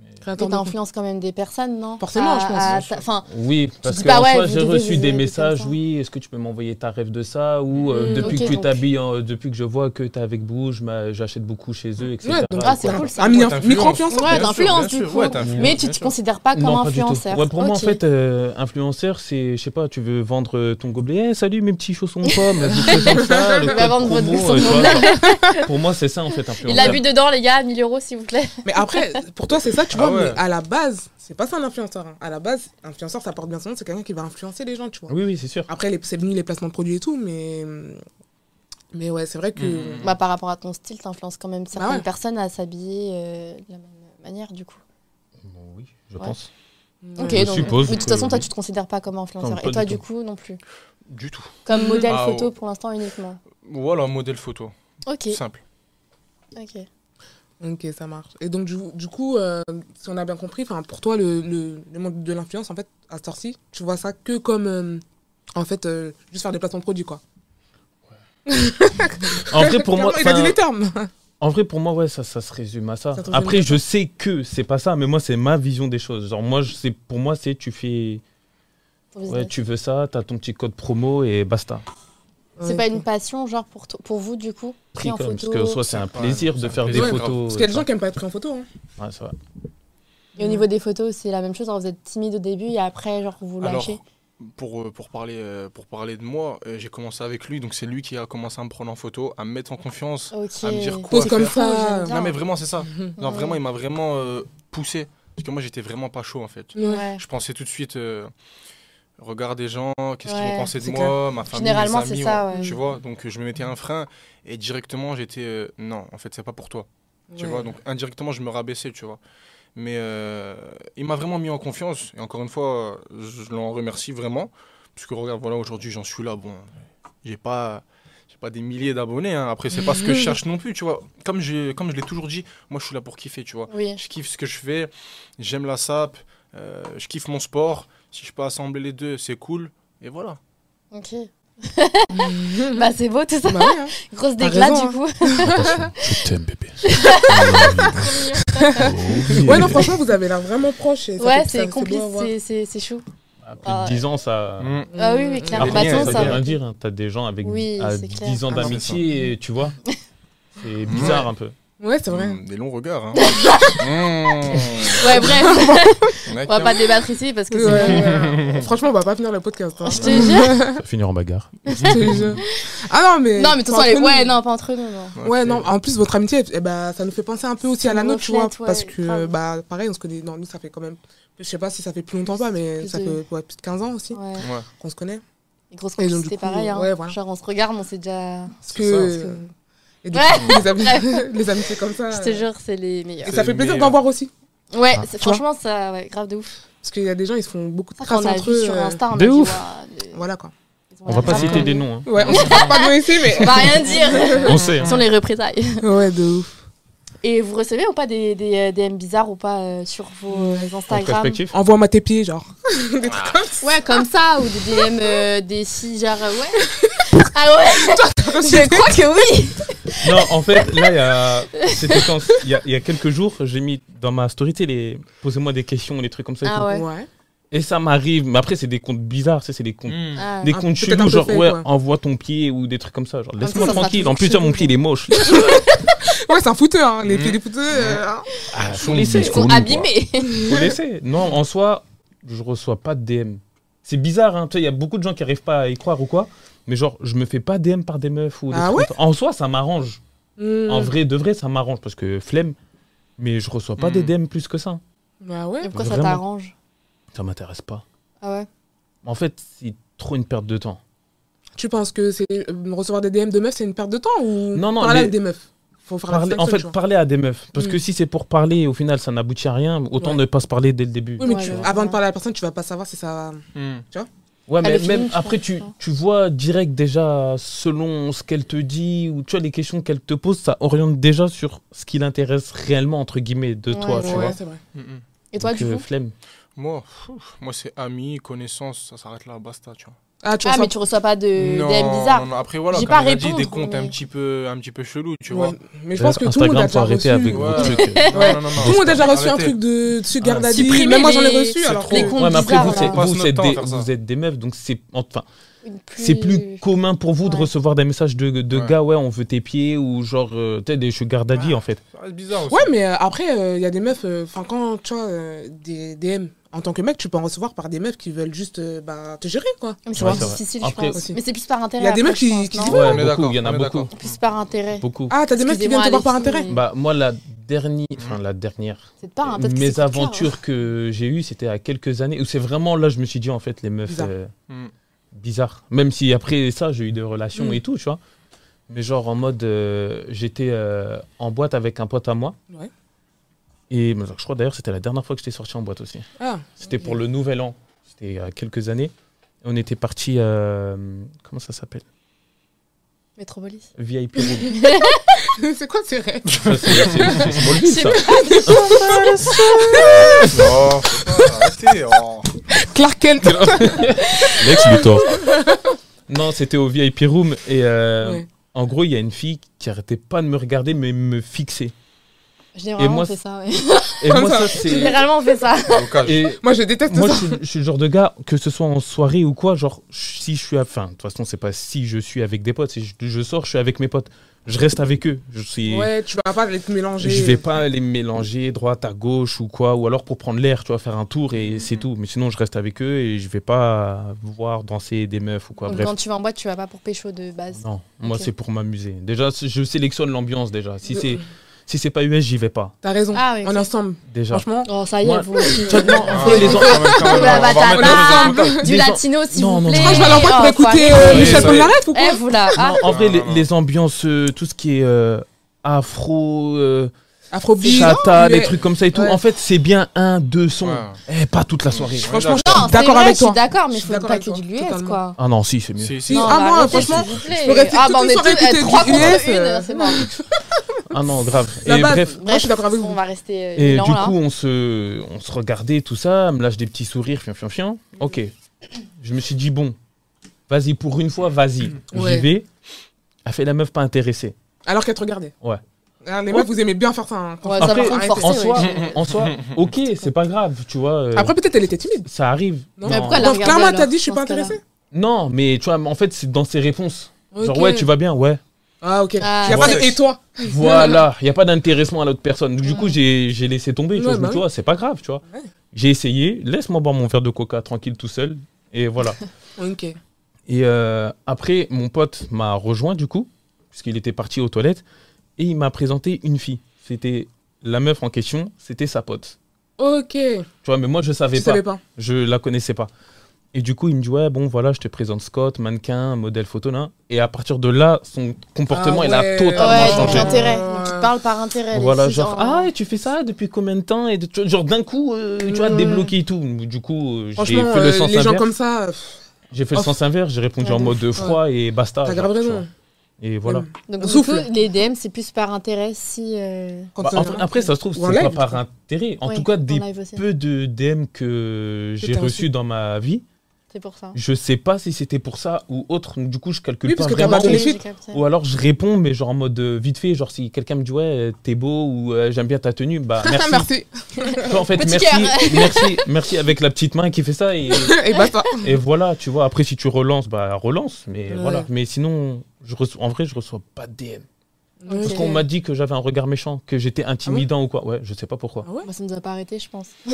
Et
Créateur de contenu.
t'influences quand même des personnes, non
Forcément,
À-
je pense.
à
Bien
ta- Enfin,
Oui, parce
dis
que
pas,
en
ouais,
soi,
vous
j'ai
devez
reçu
vous
des
aider
messages.
comme ça.
Oui, est-ce que tu peux m'envoyer ta rêve de ça Ou euh,
Mm,
depuis
ok,
que tu
donc.
t'habilles, en- depuis que je vois que t'es avec Boo, je m'a- j'achète beaucoup chez eux, etc.
Ouais, donc-
ah, c'est
Quoi.
cool ça.
Un
Ouais,
mini-
t'influences.
micro-influenceur.
Ouais,
Bien sûr,
t'influences,
bien
du
sûr,
coup.
ouais, t'influences,
Mais
bien
tu te
sûr.
considères pas Ah, comme
Non, pas du tout.
influenceur.
Ouais, pour moi, en
Ok.
fait, euh, influenceur, c'est, je sais pas, tu veux vendre euh, ton gobelet. Eh, salut, mes petits chaussons pommes. Je vous présente ça.
Il
Le
va
code
vendre votre
promo,
son
euh, tu vois,
gobelet.
enfin, pour moi, c'est ça, en fait,
Il a
influenceur.
bu dedans, les gars, 1000 euros, s'il vous plaît.
Mais après, pour toi, c'est ça, tu
Ah
vois.
ouais.
Mais à la base, c'est pas ça un influenceur. hein. À la base, influenceur, ça porte bien son nom. C'est quelqu'un qui va influencer les gens, tu vois.
Oui, oui, c'est sûr.
Après, les- c'est venu les placements de produits et tout, mais. Mais ouais, c'est vrai que.
Mm.
Bah, par rapport à ton style, t'influences quand même certaines
ouais.
personnes à s'habiller euh, de la même manière, du coup.
Bon, oui, je
Ouais.
pense.
Ok,
Je
donc.
suppose
mais de toute
que-
façon, toi, tu te considères pas comme influenceur.
Non, pas
Et toi,
du
du
tout. oh.
coup, non plus.
Du tout.
Comme modèle
Ah,
photo
ouais.
pour l'instant uniquement.
Voilà, modèle photo,
Ok,
simple.
ok.
Ok, ça marche. Et donc, du, du coup, euh, si on a bien compris, 'fin, pour toi, le, le, le monde de l'influence, en fait, à cette heure-ci, tu vois ça que comme, euh, en fait, euh, juste faire des placements de produits, quoi.
En vrai, pour
Clairement,
moi,
Il a dit
enfin,
les termes.
En vrai, pour moi, ouais, ça, ça se résume à ça.
Ça se résume
Après,
à
je sais que c'est pas ça, mais moi, c'est ma vision des choses. Genre, moi, je sais, pour moi, c'est tu fais.
Ton
Ouais,
business.
tu veux ça, t'as ton petit code promo et basta.
C'est pas une passion, genre pour, to- pour vous, du coup Pris en
Pris comme-
photo.
Parce que soit c'est un
Ouais,
plaisir
c'est
de
un
faire des
plaisir. Ouais,
photos.
Parce qu'il y a des gens
ça.
qui aiment pas être pris en photo. hein.
Ouais, c'est vrai.
Et au niveau des photos, c'est la même chose. hein, vous êtes timide au début et après, genre, vous
Alors,
lâchez.
pour, euh, pour, parler, euh, pour parler de moi, euh, j'ai commencé avec lui, donc c'est lui qui a commencé à me prendre en photo, à me mettre en confiance.
ok.
à me dire quoi
Pose
faire.
comme
fou, j'aime
ça.
bien.
Non, mais vraiment, c'est ça. Non,
Ouais.
vraiment, il m'a vraiment euh, poussé. Parce que moi, j'étais vraiment pas chaud, en fait.
Ouais.
Ouais.
Je pensais tout de suite, euh, regard des gens, qu'est-ce qu'ils
Ouais,
vont penser de
c'est
moi, ma famille, mes
Généralement,
amis,
c'est ça, ouais.
Tu vois, donc euh, je me mettais un frein et directement, j'étais, euh, non, en fait, c'est pas pour toi. Tu
Ouais.
vois, donc indirectement, je me rabaissais, tu vois. Mais euh, il m'a vraiment mis en confiance. Et encore une fois, euh, je l'en remercie vraiment. Parce que regarde, voilà, aujourd'hui, j'en suis là. Bon, j'ai pas, j'ai pas des milliers d'abonnés. hein. Après, c'est pas ce que je cherche non plus, tu vois. Comme, j'ai- comme je l'ai toujours dit, moi, je suis là pour kiffer, tu vois.
Oui.
Je kiffe ce que je fais, j'aime la sape, euh, je kiffe mon sport. Si je peux assembler les deux, c'est cool. Et voilà.
Ok. bah, c'est beau tout ça.
Bah ouais, hein.
Grosse
T'as
dégla,
raison,
du coup.
Je t'aime, bébé.
Ouais, non, franchement, vous avez l'air vraiment proche. et ça
ouais,
fait- ça-
c'est complice,
beau à voir.
c'est- c'est c'est chaud.
Après 10 ans, ça.
Mm.
Ah oui, mais
Après,
clairement.
Après,
Bah, attends,
ça
ça
veut
va.
rien dire. hein. T'as des gens avec
Oui,
à
c'est clair.
10 ans
Ah, non, c'est
d'amitié, et tu vois. C'est bizarre un peu.
Ouais, c'est vrai.
Mm, Des longs regards. Hein. Mmh.
Ouais, bref,
Mm.
on
Ouais,
va
tiens.
pas débattre ici parce que
Ouais,
c'est.
ouais. Franchement, on va pas finir le podcast. hein.
Je te jure.
Ça finir en bagarre.
Je te jure. Ah non, mais.
Non, mais de toute façon,
entre
elle est-
nous.
ouais, non, pas entre nous. Non.
Ouais, non, en plus, votre amitié, eh ben, ça nous fait penser un peu aussi à la
nous
nôtre, tu vois.
reflète, ouais,
parce que,
grave.
bah, pareil, on se connaît. Non, nous, ça fait quand même. Je sais pas si ça fait plus longtemps, pas, mais
Plus
ça
de-
fait quoi, plus de 15 ans aussi
Ouais.
Ouais.
qu'on se connaît.
Les grosses
Et donc, du
complicités,
coup,
pareil. Hein.
ouais, voilà.
Genre, on se regarde, on s'est déjà.
Parce
C'est ça,
que.
parce que-
Et du
Ouais.
coup, les, ami- les amitiés comme ça.
Je te jure, c'est les meilleurs.
Et ça fait
C'est
plaisir
meilleur.
d'en voir aussi.
Ouais,
Ah,
c'est-
tu vois.
franchement, ça, ouais, grave de ouf.
Parce qu'il y a des gens, ils se font beaucoup de
Ça, quand
traces
on a
entre
vu
eux.
sur
euh,
Insta, on
de
a dit,
ouf.
ouah, les-
Voilà, quoi.
ils ont
On
l'air
va pas
grave
citer
cool.
des noms. hein.
Ouais, on ne pas nous ici, mais.
On va rien dire.
On sait. hein.
Sur les représailles.
Ouais, de ouf.
Et vous recevez ou pas des, des, des DM bizarres ou pas euh, sur vos euh,
En
Instagram
perspective.
Envoie-moi tes pieds, genre.
Ouais, comme ça, ou des DM euh, des filles, genre, euh, ouais. Ah ouais Je crois que oui
Non, en fait, là, il y a, c'était quand- il y a, il y a quelques jours, j'ai mis dans ma story, tu sais, les posez-moi des questions, des trucs comme ça. et
Ah
tout.
ouais.
Et ça m'arrive, mais après, c'est des comptes bizarres, tu sais, c'est des comptes.
Mm.
Ah.
Des
Ah,
comptes
peut-être un
chelous,
peu
genre,
fake,
ouais,
ouais.
envoie ton pied ou des trucs comme ça. Genre,
ça,
laisse-moi
Ah, ça sera
tranquille. En
toujours
plus, ça, mon
chelou,
pied, il est moche.
Ouais, c'est un footeur, hein. les
Mhm.
pieds des footeux. euh, hein.
Ah, faut
Ils
laisser.
Ils
C'est
sont
connu,
abîmés
Faut laisser. Non, en soi, je reçois pas de DM. C'est bizarre, hein. Tu sais, il y a beaucoup de gens qui arrivent pas à y croire ou quoi. Mais genre, je me fais pas DM par des meufs ou des
Ah Mm.
trucs comme ça. En soi, ça m'arrange.
Hmm.
En vrai, de vrai, ça m'arrange parce que flemme. Mais je reçois pas
Mm.
des DM plus que ça.
Bah
Et
ouais.
pourquoi ça
Vraiment.
t'arrange
Ça m'intéresse pas.
Ah ouais
En fait, c'est trop une perte de temps.
Tu penses que c'est euh, recevoir des DM de meufs, c'est une perte de temps ou
Non, non,
parler
mais-
avec des meufs Faut faire la
Parler- en
distinction,
fait,
tu vois.
parler à des meufs. Parce
Mm.
que si c'est pour parler, au final, ça n'aboutit à rien. Autant
Ouais.
ne pas se parler dès le début.
Oui, mais
Ouais,
tu-
je vois.
avant de parler à la personne, tu vas pas savoir si ça.
Mm.
Ouais,
Ah,
mais
le feeling,
même
je
après,
pense, hein.
tu,
ouais.
tu vois direct déjà selon ce qu'elle te dit ou tu vois les questions qu'elle te pose, ça oriente déjà sur ce qui l'intéresse réellement, entre guillemets, de
Ouais,
toi. Tu
ouais.
vois.
Ouais, c'est vrai.
Mm, mm.
Et toi,
Donc,
du
euh,
coup
flemme.
Moi, pff, moi c'est amis, connaissances, ça s'arrête là, basta, tu vois.
Ah, tu
Ah,
reçois-
mais tu reçois pas de
Euh,
DM
non,
bizarres
non, après voilà,
J'ai
comme
pas
il a dit,
répondre,
des comptes un
mais-
petit peu, un petit peu chelou, tu
Ouais,
vois.
Mais je pense que tout le monde
Instagram,
a
faut
déjà reçu.
arrêter avec
euh,
vos
Ouais.
trucs.
Ouais.
Non, non, non,
Tout le monde a déjà reçu un
arrêtez.
truc de sugar
Ah,
daddy.
supprimer
Même moi j'en ai
les-
reçu.
c'est
Alors
trop. hein.
que-
Les comptes
Ouais, mais après,
bizarres, hein.
vous, c'est-
là.
passe
vous,
notre
c'est
temps à
des-
faire ça.
vous êtes des meufs, donc c'est enfin,
Une plus- Ah,
c'est plus commun pour vous de
Ouais.
recevoir des messages de, de
Ouais.
gars, ouais, on veut tes pieds, ou genre, euh, tu sais, des sugar daddy,
Ouais.
en fait.
Ça reste bizarre aussi.
Ouais, mais euh, après, il y a des meufs. Enfin, quand tu vois euh, des DM en tant que mec, tu peux en recevoir par des meufs qui veulent juste euh, bah, te gérer, quoi.
Mais c'est
Ouais,
plus
c'est vrai.
difficile,
Après-
je pense. Mais c'est plus par intérêt.
Il y a des
après,
mecs
je
qui-
pense,
qui
non
disent,
Ouais,
on est
beaucoup,
d'accord,
il y en a
on est
beaucoup.
d'accord.
Plus par intérêt.
Beaucoup.
Ah, t'as des mecs qui viennent te voir par intérêt.
Excusez-moi, Alexis,
Bah, moi, la dernière, enfin, la dernière,
mais C'est pas un
mes
hein.
aventures que j'ai eues, c'était à quelques années, où c'est vraiment là, je me suis dit, en fait, les meufs,
Bizarre.
euh,
Mm.
bizarres. Même si après ça, j'ai eu des relations
Mm.
et tout, tu vois. Mais genre, en mode, euh, j'étais euh, en boîte avec un pote à moi.
Ouais.
Et bah, je crois d'ailleurs c'était la dernière fois que j'étais sorti en boîte aussi.
Ah,
C'était
ok.
pour le nouvel an. C'était il y a quelques années. On était parti. euh, comment ça s'appelle
Métropolis.
VIP Room.
Ah. c'est quoi ces rêves
Ça, c'est- c'est- c'est Smallville,
Je sais
ça.
Non, faut Oh, pas, arrêtez. oh.
Clark Kent
Lex Luthor. Non, c'était au VIP Room. Et euh,
Ouais.
en gros, il y a une fille qui arrêtait pas de me regarder, mais me fixer.
Généralement,
moi,
on fait ça, ouais.
Et
Comme
moi,
ça.
ça, c'est.
Généralement, on fait ça.
Blocage.
Et
Moi, je déteste
Euh, moi, je
ça.
suis, je suis le genre de gars, que ce soit en soirée ou quoi, genre, si je suis à. Enfin, de toute façon, c'est pas si je suis avec des potes, si je, je sors, je suis avec mes potes. Je reste avec eux. Je suis.
Ouais, tu vas pas les te mélanger.
Je vais pas les mélanger droite à gauche ou quoi, ou alors pour prendre l'air, tu vois, faire un tour
Mhm.
et c'est tout. Mais sinon, je reste avec eux et je vais pas voir danser des meufs ou quoi.
Donc,
Bref.
quand tu vas en boîte, tu vas pas pour pécho de base.
Non, moi
Ok.
c'est pour m'amuser. Déjà, c- je sélectionne l'ambiance déjà. Si
De-
c'est si c'est pas US, j'y vais pas.
T'as raison.
Ah oui.
On est ensemble.
Déjà.
Franchement,
Oh, ça y est,
Moi-
vous aussi.
Non,
Ah,
faut les
quand
en-
même, quand même,
Oh, la
on va remettre
batata.
les choses en contexte.
Du
Les en-
latino, s'il
Non,
vous
non,
plaît.
je
non.
crois que je vais l'envoyer pour
Oh,
écouter
faut
euh,
arrêter.
Oui,
Michel
ça y est.
Polnareff ou quoi
Eh, vous là. Ah,
Non, en vrai,
Non,
les,
non, non.
les ambiances, euh, tout ce qui est euh, afro, euh,
Eh,
Afrobeat.
chata,
mais-
les trucs comme ça et tout,
Ouais.
en fait, c'est bien un, deux sons.
Ouais.
Eh, pas toute la soirée.
Ouais.
Franchement,
non,
je
c'est
suis d'accord
vrai,
avec
je suis
toi.
d'accord, mais
Je suis
faut
d'accord
pas
avec
que
toi,
du l'US,
totalement.
quoi.
Ah non, si, c'est mieux.
Si, si.
Si,
Non,
ah,
mais
moi,
arrêtez,
franchement,
s'il vous plaît.
je pourrais faire
Ah,
toute
bah, on
une
est
soirée
deux,
écouter
eh, trois
du
contre
US,
une,
euh.
c'est bon.
Ah non, grave.
La
Et
base.
bref,
Moi, je suis d'accord avec vous.
on va rester euh,
et
lent,
du
là.
coup, on se, on se regardait, tout ça, elle me lâche des petits sourires, fian, fian, fian. Ok. Je me suis dit, bon, vas-y, pour une fois, vas-y.
Ouais.
J'y vais. Elle fait la meuf pas intéressée.
Alors qu'elle te regardait.
Ouais.
Alors, les meufs, vous aimez bien faire ça. hein.
Ouais, ça, par
Après,
contre,
arrêtez.
forcer,
En
ouais,
soi,
je-
en soi, ok, c'est pas grave, tu vois. euh,
Après, peut-être elle était timide.
ça arrive.
Non.
Mais
Non.
pourquoi elle a
Donc,
regardé,
clairement,
alors,
t'as dit, je suis
dans
pas
ce cas-là
intéressée.
Non, mais tu vois, en fait, c'est dans ses réponses. Genre,
Ok.
ouais, tu vas bien, ouais.
Ah, ok.
Ah,
y a pas de
ouais.
et toi
Voilà, il n'y a pas d'intéressement à l'autre personne. Donc, Du coup, j'ai j'ai laissé tomber. tu vois,
Ouais,
je me
bah
dis,
oui.
ouais, c'est pas grave, tu vois.
Ouais.
J'ai essayé, laisse-moi boire mon verre de coca tranquille tout seul. Et voilà.
Ok.
Et euh, après, mon pote m'a rejoint du coup, puisqu'il était parti aux toilettes, et il m'a présenté une fille. C'était la meuf en question, c'était sa pote.
Ok.
Tu vois, mais moi je savais
Je
pas,
savais pas.
je la connaissais pas. Et du coup, il me dit ouais, bon voilà, je te présente Scott, mannequin, modèle photo là. Et à partir de là, son comportement,
Ah
il
ouais.
a totalement
Ouais, donc
changé.
intérêt. Donc, il te parle par intérêt. les
Voilà,
filles,
genre
oh.
ah, et tu fais ça depuis combien de temps et de- tu vois, genre d'un coup, euh, tu vois,
Ouais.
débloqué et tout. Du coup, euh, j'ai fait
Franchement,
le
euh,
sens
les gens
inverse.
comme ça, Oh, pff,
J'ai fait le
Off.
sens inverse. J'ai répondu
Ouais,
en
de
mode froid et basta.
t'as
Ah, genre,
grave
tu vois.
raison.
Et voilà.
Mm.
Donc, du
Souffle.
coup, les DM, c'est plus par intérêt si. euh,
Quand
Bah,
on-
après, après, ça se trouve,
Ou en
c'est pas
live,
par
quoi.
intérêt. En
ouais,
tout cas, des
live aussi.
peu de DM que j'ai
t'as
reçus
reçu.
dans ma vie,
C'est pour ça.
je sais pas si c'était pour ça ou autre. Donc, Du coup, je calcule
Oui,
pas
parce que t'as
vraiment.
battu les
Ou-
filles.
Ou alors, je réponds, mais genre en mode euh, vite fait. Genre, si quelqu'un me dit, ouais, euh, t'es beau ou euh, j'aime bien ta tenue, bah merci.
Merci.
Tu vois, En fait,
Petit
merci, merci, merci avec la petite main qui fait ça. Et,
Et basta.
et voilà, tu vois. Après, si tu relances, bah relance. Mais
Ouais.
voilà. Mais sinon, je reçois- en vrai, je reçois pas de DM. Parce
Ok. Ah
qu'on m'a dit que j'avais un regard méchant, que j'étais intimidant ou quoi. Ouais, je sais pas pourquoi.
Moi, ça nous a pas arrêté, je pense.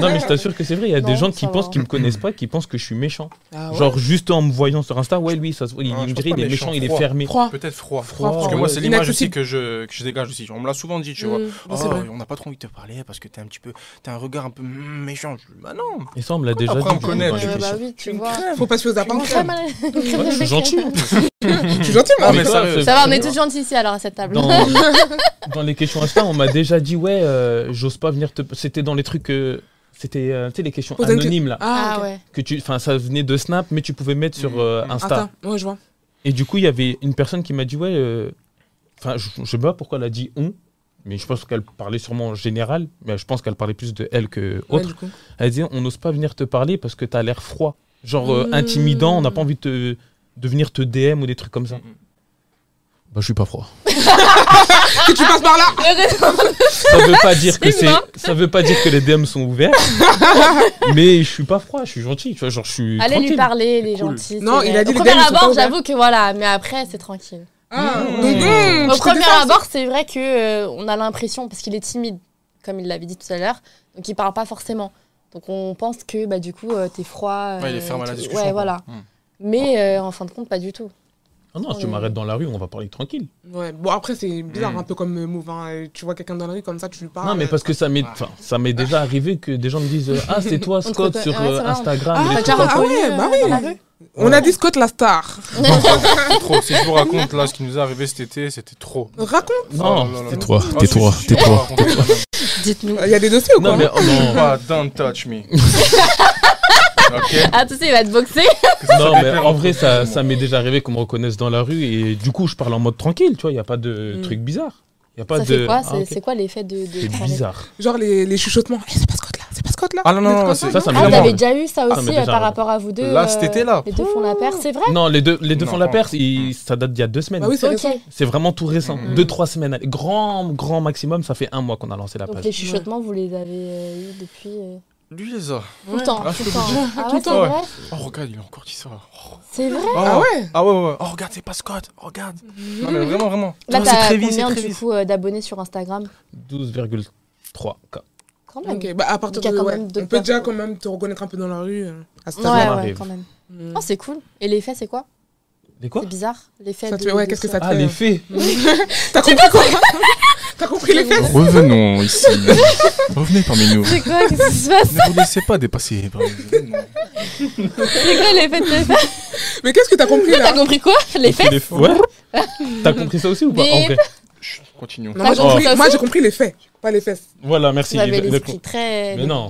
Non, mais je t'assure que Ah, c'est vrai. Il y a
Ah Non,
des gens qui
ça
pensent
va.
qu'ils me connaissent pas, qui pensent que je suis méchant.
Ah ouais.
Genre, juste en me voyant sur Insta, ouais, lui, ça se voit, il
Ah, je
me
pense
dirait,
pas
il est
méchant,
méchant, il est
froid.
fermé.
Froid.
Peut-être froid.
Froid,
Parce que
ouais.
moi, c'est l'image aussi
Inaccessible.
que je, que je dégage aussi. On me l'a souvent dit, tu vois.
Mm,
Ah,
Oh,
c'est vrai.
on n'a pas trop envie de te parler parce que t'as un petit peu. T'as un regard un peu mm, méchant. Je- Bah non.
Et ça, on me l'a déjà dit.
Après, on
du coup,
connaît,
quand
tu
j'étais
Ouais, bah
chez-
oui,
Tu
tu
es une
vois.
crème.
Faut pas se aux
Tu es une
apparences.
crème, allez.
Ouais, je suis gentil. en plus.
Je suis gentille, moi.
Non, Ah, mais
toi,
sérieux.
c'est-
Ça va, on est tous gentils ici alors à cette table.
Dans, dans les questions Insta, on m'a déjà dit, ouais, euh, j'ose pas venir te. C'était dans les trucs. euh, C'était, euh, tu sais, les questions
Poser une que-
anonymes là.
Ah
ok.
ouais.
Que tu, enfin, ça venait de Snap, mais tu pouvais mettre sur euh, Insta.
Attends, ouais, je vois.
Et du coup, il y avait une personne qui m'a dit, ouais, euh, enfin, je, je sais pas pourquoi elle a dit on, mais je pense qu'elle parlait sûrement en général, mais je pense qu'elle parlait plus de elle que
Ouais,
autre.
du coup.
Elle disait, on n'ose pas venir te parler parce que t'as l'air froid, genre euh,
Mmh.
intimidant, on n'a pas envie de, te- de venir te DM ou des trucs comme ça. Bah, je suis pas froid.
Que tu passes par là
Ça veut pas dire que
C'est
c'est,
humain.
ça veut pas dire que les DM sont ouverts, mais je suis pas froid, je suis gentil, tu vois, genre je suis
Allez lui
tranquille.
parler, les
Cool.
gentils.
Non,
c'est
il
vrai.
a dit
Au
les
premier
dames, ils sont pas
abord,
ouverts.
j'avoue que voilà, mais après, c'est tranquille.
Ah, donc,
Mmh.
mmh,
Au
je te
premier
déteste.
abord, c'est vrai que euh, on a l'impression, parce qu'il est timide, comme il l'avait dit tout à l'heure, donc il parle pas forcément. Donc on pense que bah, du coup, euh, t'es froid.
Ouais, il est
euh,
ferme à la
tout-
discussion.
Ouais,
quoi.
voilà.
Mm.
Mais euh, en fin de compte, pas du tout.
Ah non, si tu
Ouais.
m'arrêtes dans la rue, on va parler tranquille.
Ouais, bon, après, c'est bizarre,
Mmh.
un peu comme euh, Move. hein, euh, Tu vois quelqu'un dans la rue comme ça, tu lui
Ah,
parles.
Non, mais parce que ça m'est, enfin, ça m'est déjà arrivé que des gens me disent euh, Ah, c'est toi,
te
Scott,
reconnaît.
sur
Ah ouais,
euh,
ça va, on-
Instagram.
Ah,
et les
t'as
trucs comme
déjà-
ça.
ah ouais, bah oui. On a dit Scott la star.
Trop, trop. Si je vous raconte là ce qui nous est arrivé cet été, c'était trop.
Raconte.
Non,
Oh là là là.
tais-toi,
Ah,
tais-toi,
si, si, si, je vous raconte.
Dites-nous.
Il y a des dossiers ou quoi
Non, mais, oh, non.
Pas don't touch me. ok
Ah, tu sais, il va te boxer.
Non, mais en vrai, ça, ça m'est déjà arrivé qu'on me reconnaisse dans la rue et du coup, je parle en mode tranquille, tu vois, il n'y a pas de
Mm.
truc bizarre. Il y a pas
Ça
de.
fait quoi C'est
Ah, ok.
c'est quoi l'effet de. de
C'est
travail
bizarre.
Genre les, les chuchotements. Eh, c'est pas ce code-là, c'est pas ce code-là.
Ah non, non,
Des trucs
non,
comme
c'est-
Ça, ça m'est
Ah,
déjà
t'avais
arrivé.
déjà eu ça
Ah, mais
aussi euh,
déjà,
par
ouais.
rapport à vous deux.
Là,
euh,
cet été-là.
Les deux font la paire, c'est vrai
Non, les deux, les deux
Non.
font la perse, ils- ça date d'il y a deux semaines.
Bah oui, c'est
Ok.
récent.
C'est vraiment tout récent.
Mm.
Deux, trois semaines. Allez, Grand, grand maximum, ça fait un mois qu'on a lancé la
Donc
page.
les chuchotements, vous les avez euh, eu depuis. euh,
Lui, les a.
Tout le temps.
Ah, je
tout
peux
le
vous
temps.
dire.
Ah,
Tout
ouais,
le
c'est
temps, ouais.
vrai
Oh, regarde, il est encore qui sort. Oh.
C'est vrai.
Ah ouais
Ah ouais, ouais, ouais. Oh, regarde, c'est pas Scott. Oh, regarde. Non, mais vraiment, vraiment.
Là,
Non,
Bah, t'as
c'est Travis, c'est
combien du
Travis.
coup euh, d'abonnés sur Instagram
12,3K.
Quand même.
Ok, bah à partir
Il y a
de.
quand
ouais,
même d'autres
on peut déjà
personnes.
quand même te reconnaître un peu dans la rue euh, à cet
Ouais,
âge-là.
Ça
ouais,
m'arrive.
quand même.
Mm.
Oh, c'est cool. Et l'effet, c'est quoi
Les quoi
C'est bizarre. L'effet.
Ça te
de-
fait- ouais,
de
qu'est-ce que ça te
Ah,
fait
les
euh,
faits
T'as compris quoi T'as compris les faits
Revenons ici. Revenez parmi nous.
C'est quoi Qu'est-ce qui se passe
Ne vous laissez pas dépasser. parmi nous.
C'est quoi l'effet de tes fesses
Mais qu'est-ce que t'as compris
T'as
là
compris quoi L'effet
Les faits. Ouais T'as compris ça aussi ou pas En
Bip.
vrai.
Chut, continuons.
Non, moi, j'ai
Oh.
compris- Moi j'ai compris les faits, pas les fesses.
Voilà, merci.
Vous avez
Le-
l'esprit très.
Mais non.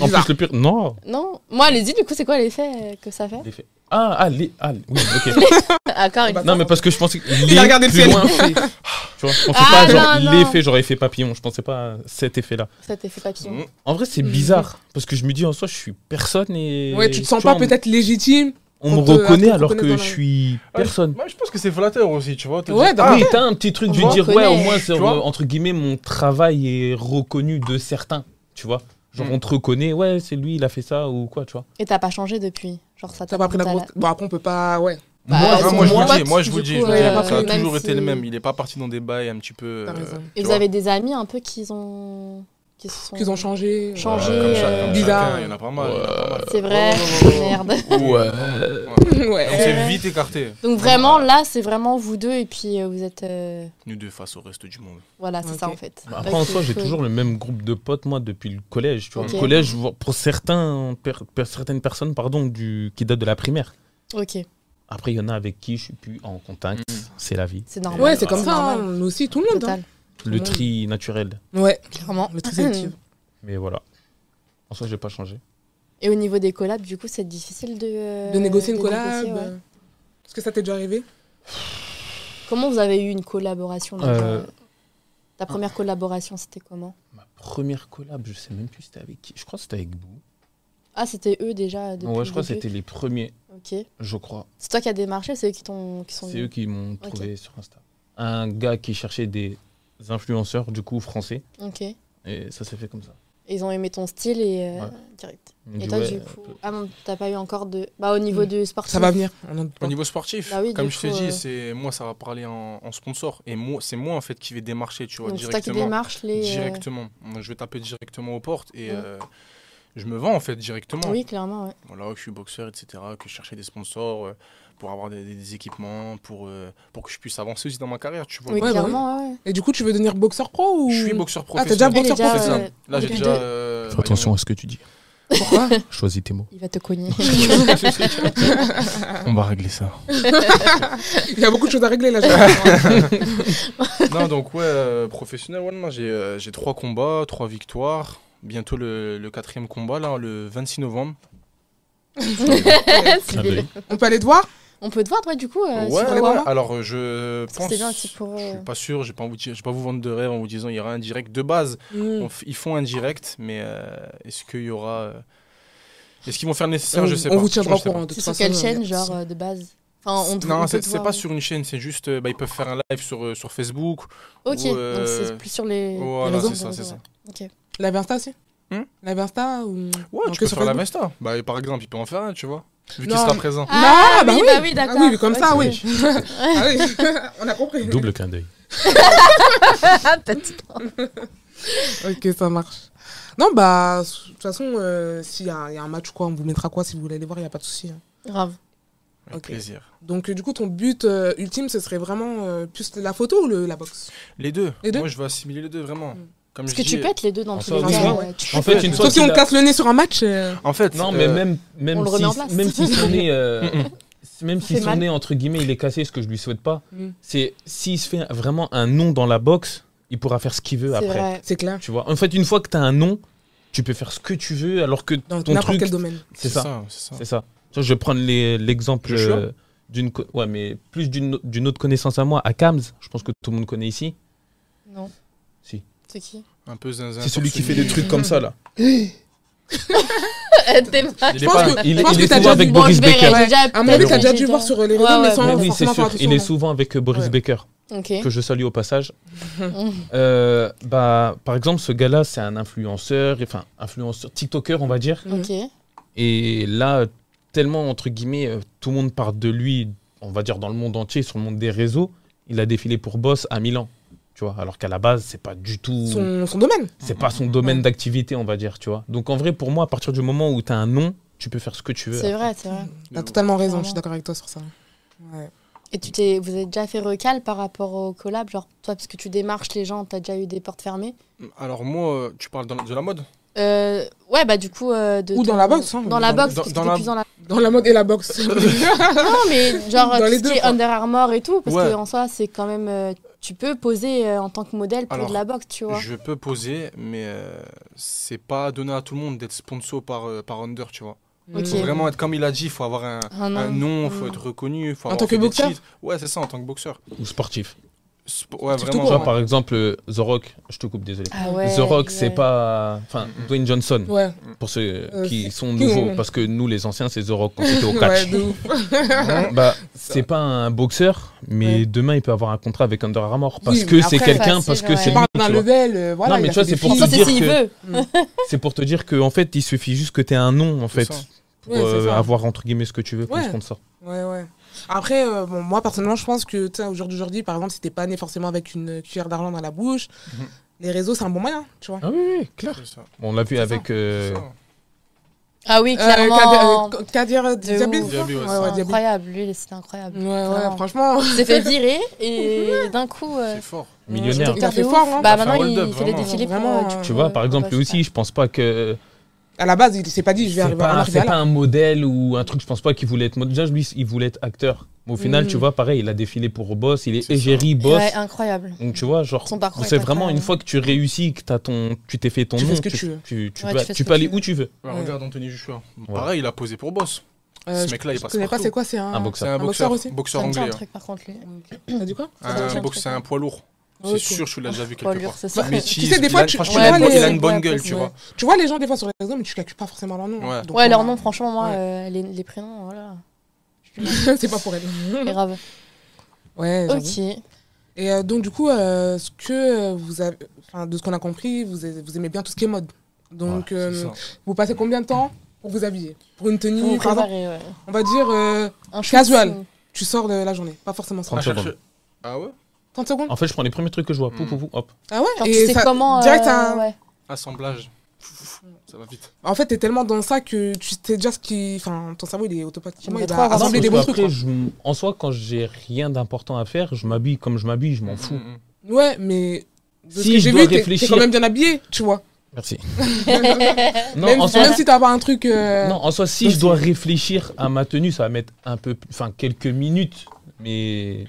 en
Bizarre.
plus, le pire. Non.
Non Moi, allez-y, du coup, c'est quoi l'effet euh, que ça fait Ah,
Les faits. Ah, ah, les. Ah, les- oui, ok.
Encore une
Bah,
fois.
Non, mais parce que je pensais que
Il a regardé le
plus
ciel.
loin fait. Tu vois, je pensais
Ah,
pas à
non,
genre
non.
l'effet, j'aurais fait papillon. Je pensais pas à cet effet-là.
Cet effet
Mm.
papillon.
En vrai,
Mm.
c'est
Mhm.
bizarre parce que je me dis en soi, je suis personne et.
Ouais, tu te sens
vois,
pas peut-être légitime.
On, on me
qu'on te-
reconnaît
qu'on te
alors
reconnaisse dans
que je
la-
suis personne.
Moi, Bah, je pense que c'est flatteur aussi, tu vois. te
Ouais,
dire,
dans
ah,
le
Oui, t'as un petit truc
On
de
me
dire, ouais,
reconnaît.
au moins, c'est,
Tu vois
euh, entre guillemets, mon travail est reconnu de certains, tu vois. Genre,
Mm.
on te reconnaît, ouais, c'est lui, il a fait ça ou quoi, tu vois.
Et t'as pas changé depuis Genre, ça
T'as
t'a
pas pris la
t'as-
grosse. Bon, après, on peut pas. Ouais.
Bah, ils
moi, moi,
sont
moi, je vous
moins
le dis,
potes,
moi, je
du
vous le dis,
coup,
je vous le dis,
euh,
ça a
même
toujours
si-
été le même. Il est pas parti dans des bails un petit peu.
T'as
euh,
raison.
Et
tu
vous
vois.
avez des amis un peu qui ont. qui se sont.
Qu'ils ont changé.
Ouais,
changé,
comme ça,
euh,
comme
bizarre.
chacun, Il y en a pas mal. il y en a pas mal. Oh,
C'est vrai, merde.
Ouais. euh,
Bah,
On
Ouais.
s'est vite écarté.
Donc vraiment, là, c'est vraiment vous deux et puis euh, vous êtes... euh,
Nous deux face au reste du monde.
Voilà, c'est
Ok.
ça en fait.
Bah, Après,
Ouais,
en
Bah, c'est
soi, j'ai
cool.
toujours le même groupe de potes, moi, depuis le collège, tu vois.
Ok.
Le collège, je vois- pour certains, per- per- certaines personnes, pardon, du, qui datent de la primaire.
Ok,
Après, il y en a avec qui je suis plus en contact,
Mm.
c'est la vie.
c'est normal.
Ouais, c'est comme ça. hein,
normal.
Nous aussi, tout le monde. hein.
Total,
Tout le
Le
monde.
tri naturel.
Ouais.
clairement.
Le tri sélectif.
Mais voilà. En soi, j'ai pas changé.
Et au niveau des collabs, du coup, c'est difficile de... euh,
De négocier une
de
collab.
négocier, ouais.
euh, Est-ce que ça t'est déjà arrivé
Comment vous avez eu une collaboration donc,
Euh,
euh, Ta première collaboration, c'était comment
Ma première collab, je sais même plus c'était avec qui. Je crois que c'était avec Boo.
Ah, c'était eux déjà depuis
Ouais,
le
je crois que
début.
c'était les premiers,
Ok.
je crois.
C'est toi qui as démarché, c'est eux qui t'ont... qui sont
C'est eux qui m'ont
Ok.
trouvé sur Insta. Un gars qui cherchait des influenceurs, du coup, français.
Ok. Et
Et ça s'est fait comme ça.
Ils ont aimé ton style et... euh,
Ouais.
Direct.
Il me
Et
dit,
toi,
ouais,
du
euh, Mm.
coup... Ah non, t'as pas eu encore de... Bah, au niveau de sportif...
Ça va venir. On en doute
Au
pas.
niveau sportif,
Bah oui, du
comme je t'ai
coup, euh,
dit, c'est moi ça va parler en, en sponsor et moi c'est moi en fait qui vais démarcher, tu vois,
Donc c'est toi qui
directement.
démarches les... euh,
directement. Moi, Je vais taper directement aux portes et
Ouais.
euh, je me vends en fait directement.
Oui, clairement, ouais.
Voilà, que je suis boxeur, etc. Que je cherchais des sponsors euh, pour avoir des, des- des équipements, pour, euh, pour que je puisse avancer aussi dans ma carrière, tu vois.
Oui,
Ouais,
clairement, ouais. ouais.
Et du coup, tu veux devenir boxeur pro ou
Je suis boxeur
Ah, t'es déjà
professionnel.
boxeur
Elle est déjà,
C'est ça.
professionnel
euh,
Là j'ai
Ok.
déjà. euh, bah,
à ce que tu dis.
Pourquoi
Choisis tes mots.
Il va te cogner.
On va régler ça.
Il y a beaucoup de choses à régler là. j'ai-
non, donc ouais, euh, professionnel, ouais, non, j'ai euh, j'ai trois combats, trois victoires. Bientôt le, le quatrième combat, là, le 26 novembre.
C'est
Ah,
débile.
On peut aller te voir
On peut te voir, toi, du coup, euh,
ouais,
sur
ouais,
Warm-Up
alors euh, je
Parce que
pense...
c'est bien un petit pour,
Je
euh,
suis pas sûr, j'ai pas envie de- je vais pas vous vendre de rêve en vous disant il y aura un direct. De base,
Mmh.
on f- ils font un direct, mais euh, est-ce qu'il y aura... euh, Est-ce qu'ils vont faire le nécessaire
on,
Je sais
on
pas.
vous tiendra au
Franchement,
courant.
je sais
de
C'est
toute
sur
façon,
quelle
euh,
chaîne, genre, euh, de base Enfin, on te- on
Non,
peut
c'est
te
c'est
voir,
hein.
pas
ouais.
sur une chaîne, c'est juste... euh, bah, ils peuvent faire un live sur, euh, sur Facebook.
Ok,
ou, euh,
donc c'est plus sur les.
Voilà,
réseaux,
c'est ça, c'est ça.
La Insta, si
Hmm
La Insta ou.
Ouais,
Donc,
tu peux
sur
faire la
Facebook
Vesta. Bah, par exemple, il peut en faire un, tu vois. Vu qu'il
Non.
sera présent.
Ah,
Ah, bah
oui,
oui.
bah oui,
Ah
d'accord.
oui, mais comme ça,
Ok.
oui. Ah oui, on a compris.
Double clin d'œil.
Ah, petit.
Ok, ça marche. Non, bah, de toute façon, euh, s'il y, a il y a un match ou quoi, on vous mettra quoi si vous voulez aller voir, il n'y a pas de souci. hein.
Grave.
Avec
Ok.
plaisir.
Donc, euh, du coup, ton but euh, ultime, ce serait vraiment euh, plus la photo ou le- la boxe
Les deux.
Les deux
Moi, je vais assimiler les deux, vraiment.
Mm.
Comme
Parce
je
que
dis, euh,
tu peux être les deux dans
en
tous
soi,
les
oui,
cas.
ouais.
ouais, tu
En
peux
fait,
faire
une
les
fois
Sauf si
qu'il
on te
a-
casse le nez sur un match. euh,
En fait,
Non, mais
euh,
même,
on
même
le remet
si,
en place.
même si son nez, euh,
Mm, mm.
même
Ça
si
fait
son
mal.
nez, entre guillemets, il est cassé, ce que je lui souhaite pas,
Mm.
c'est s'il se fait vraiment un nom dans la boxe, il pourra faire ce qu'il veut
C'est
après.
vrai.
C'est clair.
Tu vois, en fait, une fois que tu as un nom, tu peux faire ce que tu veux alors que
Dans
ton
n'importe
truc.
quel domaine.
C'est ça.
c'est ça.
C'est ça. Tu vois, je vais prendre les- l'exemple
Joshua
euh, d'une. co- Ouais, mais plus d'une d'une autre connaissance à moi, à Cam's, je pense que tout le monde connaît ici.
Non.
Si.
C'est qui
Un peu zinzin.
C'est celui qui fait
torse
des trucs comme ça, là.
Euh, Je
nu. Il est
pense
pas-
que-
Il,
je pense
il
que
est
t'as
souvent
déjà
avec
vu-
Boris
je verrai,
Becker.
Ouais.
j'ai déjà-
À mon avis, t'as déjà dû
Ouais,
voir sur les
ouais,
réseaux, mais
ouais.
sans
Mais oui, c'est
forcément
sûr.
faire
Il est
attention.
souvent avec euh, Boris
Ouais.
Becker,
Ok.
que je salue au passage.
Mhm.
Euh, bah, par exemple, ce gars-là, c'est un influenceur, enfin, influenceur, TikToker, on va dire.
Mhm.
Ok.
Et là, tellement, entre guillemets, euh, tout le monde parle de lui, on va dire, dans le monde entier, sur le monde des réseaux. Il a défilé pour Boss à Milan, tu vois, alors qu'à la base, c'est pas du tout.
Son, son domaine.
c'est pas son domaine
Ouais.
d'activité, on va dire, tu vois. Donc en vrai, pour moi, à partir du moment où tu as un nom, tu peux faire ce que tu veux.
C'est vrai, c'est vrai.
T'as totalement raison, je suis d'accord avec toi sur ça. Ouais.
Et tu t'es, vous avez déjà fait recal par rapport au collab, genre toi parce que tu démarches les gens, t'as déjà eu des portes fermées.
Alors moi, euh, tu parles dans- de la mode
Euh, ouais, bah du coup euh, de
Ou dans
ton-
la boxe, hein.
Dans la
Dans-
boxe,
dans-
parce que
dans
t'es
la-
plus dans la.
Dans la mode et la boxe.
Non, mais genre
Dans
tout
les
ce
deux,
qui est
quoi.
Under Armour et tout, parce
Ouais.
que en soi c'est quand même, euh, tu peux poser euh, en tant que modèle pour
Alors,
de la boxe, tu vois.
Je peux poser, mais euh, c'est pas donné à tout le monde d'être sponsor par, euh, par Under, tu vois.
Ok.
Faut vraiment être, comme il a dit, il faut avoir un,
Ah non.
Euh,
un nom, faut
Mm.
être reconnu, faut
En
avoir
tant que
fait des
boxeur
titres. Ouais, c'est ça, en tant que boxeur.
Ou sportif.
Sp- ouais,
Surtout
vraiment.
Tu vois,
Ouais.
par exemple, euh, The Rock, je te coupe, désolé.
Ah ouais,
The Rock,
ouais.
c'est pas. Enfin, Dwayne Johnson,
Ouais,
pour ceux
Euh,
qui sont
qui
nouveaux,
ont-
parce que nous, les anciens, c'est The Rock quand c'était au
ouais,
catch.
de ouf.
bah, c'est pas un boxeur, mais
Ouais.
demain, il peut avoir un contrat avec Under Armour, parce
mais
que c'est
après,
quelqu'un, parce
facile,
que c'est
C'est
lui.
pas
tu
un
vois.
level. euh, voilà,
Non, mais
il a
tu vois,
fait
c'est
des
pour
filles.
Ça
te
c'est
dire
s'il
que-
veut.
C'est pour te dire qu'en fait, il suffit juste que tu aies un nom, en
C'est
fait,
ça.
pour
Ouais, c'est
euh,
ça.
avoir, entre guillemets, ce que tu veux comme
Ouais.
sponsor.
Ouais, ouais. Après, euh, bon, moi, personnellement, je pense que, tu sais, aujourd'hui, aujourd'hui, par exemple, si t'es pas né forcément avec une cuillère d'argent dans la bouche,
Mhm.
les réseaux, c'est un bon moyen, tu vois.
Ah oui, oui,
hein.
clair.
C'est ça,
On l'a vu
C'est
avec.
c'est
euh,
ça. hein.
Ah
Euh,
oui, clairement.
Kadir- euh, Kadir euh,
De
Diaby,
ouf.
c'est ça
Diaby, ouais,
ouais,
c'est
ouais,
C'est
Diaby.
incroyable, lui, c'était incroyable.
Ouais, ouais,
Vraiment.
franchement.
Il s'est fait virer et d'un coup. euh,
C'est fort.
Millionnaire.
Il a
docteur
fait
de ouf.
fort, hein.
Bah
Il a fait un
maintenant
hold-up,
il fait des
vraiment.
défilés pour.
Vraiment,
euh, du
hein.
coup,
Tu vois,
euh,
par exemple, lui
pour
aussi, je pense pas que.
À la base, il s'est pas dit, je vais
C'est
arriver à
pas,
arriver
c'est
à
pas
là.
un modèle ou un truc, je pense pas qu'il voulait être modèle. Déjà, lui, il voulait être acteur. Mais au final,
Mm.
tu vois, pareil, il a défilé pour Boss, il est,
C'est ça.
égérie Boss.
Ouais, incroyable.
Donc, tu vois, genre,
Son parcours
c'est
est
vraiment
incroyable.
une fois que tu réussis, que t'as ton, tu t'es fait ton
Tu fais
nom,
ce que tu veux.
tu, tu
Ouais,
peux,
tu fais ce
tu
que tu
peux aller
veux.
où tu veux.
Ouais,
Ouais.
Regarde Anthony Joshua. Pareil, il a posé pour Boss.
Euh,
Ce mec-là, il passe
Je connais pas,
partout.
c'est quoi C'est un.
Un
C'est
boxeur.
un
Un boxeur
boxeur,
aussi
boxeur
Ça me dit un
anglais. hein.
truc par contre lui.
T'as dit quoi
Ça me dit un
Un
truc,
boxe- C'est
ouais.
un poids lourd.
Ok.
C'est sûr, tu l'as déjà vu
Poids
quelque
lourd,
part.
c'est ça.
Mais
tu sais, des
il
fois,
a-
tu-
franchement,
ouais,
il a-
les-
il a une bonne
ouais,
gueule, tu
ouais.
vois.
Tu vois les gens des fois sur les réseaux, mais tu calcules pas forcément leur nom.
Ouais.
Donc,
Ouais, leur
euh,
nom, franchement, moi, euh, les, les prénoms, voilà.
c'est pas pour elle.
C'est grave.
Ouais. j'avoue.
Ok.
Et euh, donc du coup, euh, ce que euh, vous avez, enfin de ce qu'on a compris, vous, a- vous aimez bien tout ce qui est mode. Donc
C'est
euh,
ça. Ah,
vous passez combien de temps pour vous habiller, pour une tenue,
Pour vous
par exemple,
préparer, Mmh, ouais.
on va dire, euh,
Un shooting.
Casual. tu sors de la journée, pas forcément ça.
Ah,
30
cherche-
secondes.
Ah ouais
30 secondes.
En fait, je prends les premiers trucs que je vois. Pou,
Mm.
pou, pou, hop.
Ah ouais.
Genre, tu sais
ça-
comment. euh,
direct, t'as un-
ouais.
Assemblage. Ça va vite.
En fait, t'es tellement dans ça que tu sais déjà ce qui, enfin ton cerveau il est automatiquement
J'aimerais
il
trop
va
avoir
assembler
ça.
des
Parce
bons
que
trucs.
après, je- en soi, quand j'ai rien d'important à faire, je m'habille comme je m'habille, je m'en fous.
Mm, mm.
quoi. Ouais, mais de ce
Si
que
je
j'ai
dois
vu, t'es- t'es
réfléchir-
quand même bien habillé, tu vois.
Merci.
même,
non, en soi,
même si t'as pas un truc. euh,
non, en soi, si je dois réfléchir à ma tenue, ça va mettre un peu, enfin, quelques minutes, mais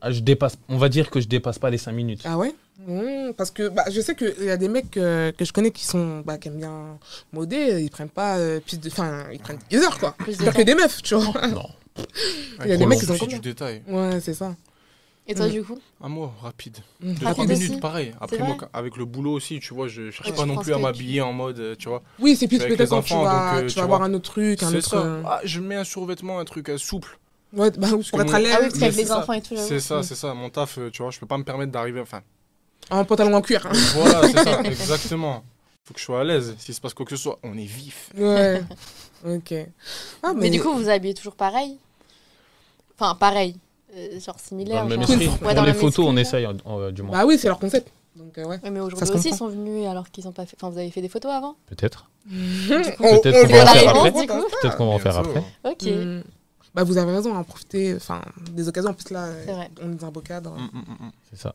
ah, je dépasse. On va dire que je dépasse pas les 5 minutes.
Ah ouais Mmh, Parce que bah, je sais qu'il y a des mecs euh, que je connais qui sont bah, qui aiment bien modés, ils prennent pas euh, plus de. Enfin, ils prennent des heures quoi.
Plus de
Faire que
temps.
des meufs, tu vois.
Non.
Il y a des mecs qui sont
C'est
comme
du
ça.
détail.
Ouais, c'est ça.
Et toi, du coup
Un mot rapide.
Mmh.
Deux, trois
Rapide.
aussi.
minutes, pareil. Après,
vrai.
moi, quand- avec le boulot aussi, tu vois, je cherche
Ouais,
pas
je
non
pense
plus à
que-
m'habiller en mode, euh, tu vois.
Oui, c'est plus
C'est avec
peut-être
les
quand tu
enfants,
vas,
donc, euh,
tu
tu
vas
vois.
avoir un autre truc, un
C'est
autre.
ça.
euh,
Ah, je mets un survêtement, un truc euh, souple.
Ouais, bah,
que
pour être
moi-
à
Ah oui,
l'aise.
parce qu'avec
c'est
les
ça.
enfants et tout, j'avoue.
C'est ça, c'est ça. Mon taf, euh, tu vois, je peux pas me permettre d'arriver. Enfin,
En pantalon en cuir. hein.
voilà, c'est ça, exactement. Faut que je sois à l'aise. S'il se passe quoi que ce soit, on est vif.
Ouais. ok. Ah,
Mais du coup, vous vous habillez toujours pareil Enfin, pareil. Euh, genre similaire.
Dans le même
genre-
esprit.
Ouais,
Pour
dans le
les
même
photos, on
esprit,
essaye en- en- euh, du moins.
Bah oui, c'est leur concept. Donc, euh, ouais.
Ouais, mais
Ça
aujourd'hui
se
aussi, ils
comprend.
sont venus alors qu'ils ont pas fait. Enfin, vous avez fait des photos avant
Peut-être.
On-
Peut-être
on
qu'on
verra
va en
la
faire
réponse,
après.
du coup.
Peut-être qu'on va en faire
Bien sûr.
après.
Ok.
Mm. Bah, vous avez raison, à en profiter enfin, des occasions. En plus, là,
C'est vrai.
on est dans un beau cadre.
Mm, mm, mm, mm.
C'est ça.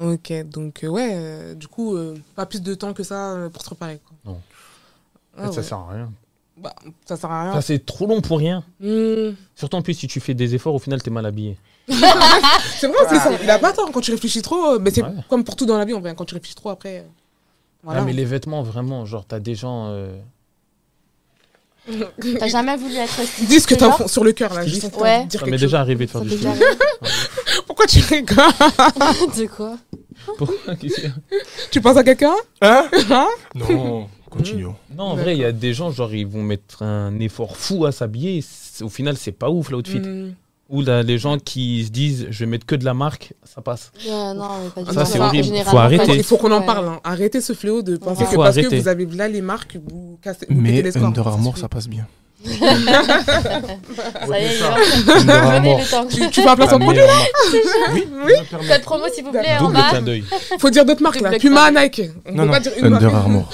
Ok, donc euh, ouais, euh, du coup, euh, pas plus de temps que ça euh, pour se préparer. Quoi.
Non.
Ah
ça
ouais.
sert à rien.
Bah, ça sert à rien.
Enfin, c'est trop long pour rien.
Hmm.
Surtout en plus, si tu fais des efforts, au final, t'es mal habillé.
C'est vrai, c'est ça. Il a pas tort quand tu réfléchis trop. euh, Mais c'est
Ouais.
comme pour tout dans la vie, en vrai. Quand tu réfléchis trop, après. euh, Voilà.
Ah, mais les vêtements, vraiment, genre, t'as des gens. euh,
T'as jamais voulu être
Ils
styliste
disent que
genre
t'as un fond sur le cœur, là. Juste pour
Ouais.
dire
Ça
Ah,
quelque
m'est
chose.
déjà arrivé de
Ça
faire du
t'est déjà
stylisme.
arrivé
Pourquoi tu rigoles
De quoi
Pourquoi Qu'est-ce qu'il y a
Tu penses à quelqu'un
Hein
Hein Mmh.
Non, continuons.
Non, en vrai, il y a des gens, genre, ils vont mettre un effort fou à s'habiller. C'est- Au final, c'est pas ouf l'outfit.
Hmm.
Ou là, les gens qui se disent, je vais mettre que de la marque, ça passe.
Euh, Non, mais pas du
Ça,
tout.
c'est
Non,
horrible.
généralement,
Faut
pas
arrêter.
du
Il faut
tout,
qu'on en
ouais.
parle. hein. Arrêtez ce fléau de penser
Il
que
faut
parce que
arrêter.
vous avez là les marques, vous cassez. vous pétez
Mais
les scores.
Under Armour, ça passe bien.
Ça y est, il va-
Under
Venez
Armour.
le temps.
Tu, tu fais un placement
Ah,
La
de produit
meilleure marque.
Code promo, s'il vous plaît, en
Double
bas.
clin d'œil.
Faut dire d'autres marques là.
Double
Puma, Nike. On peut
Non, non,
pas dire une marque.
Under Armour.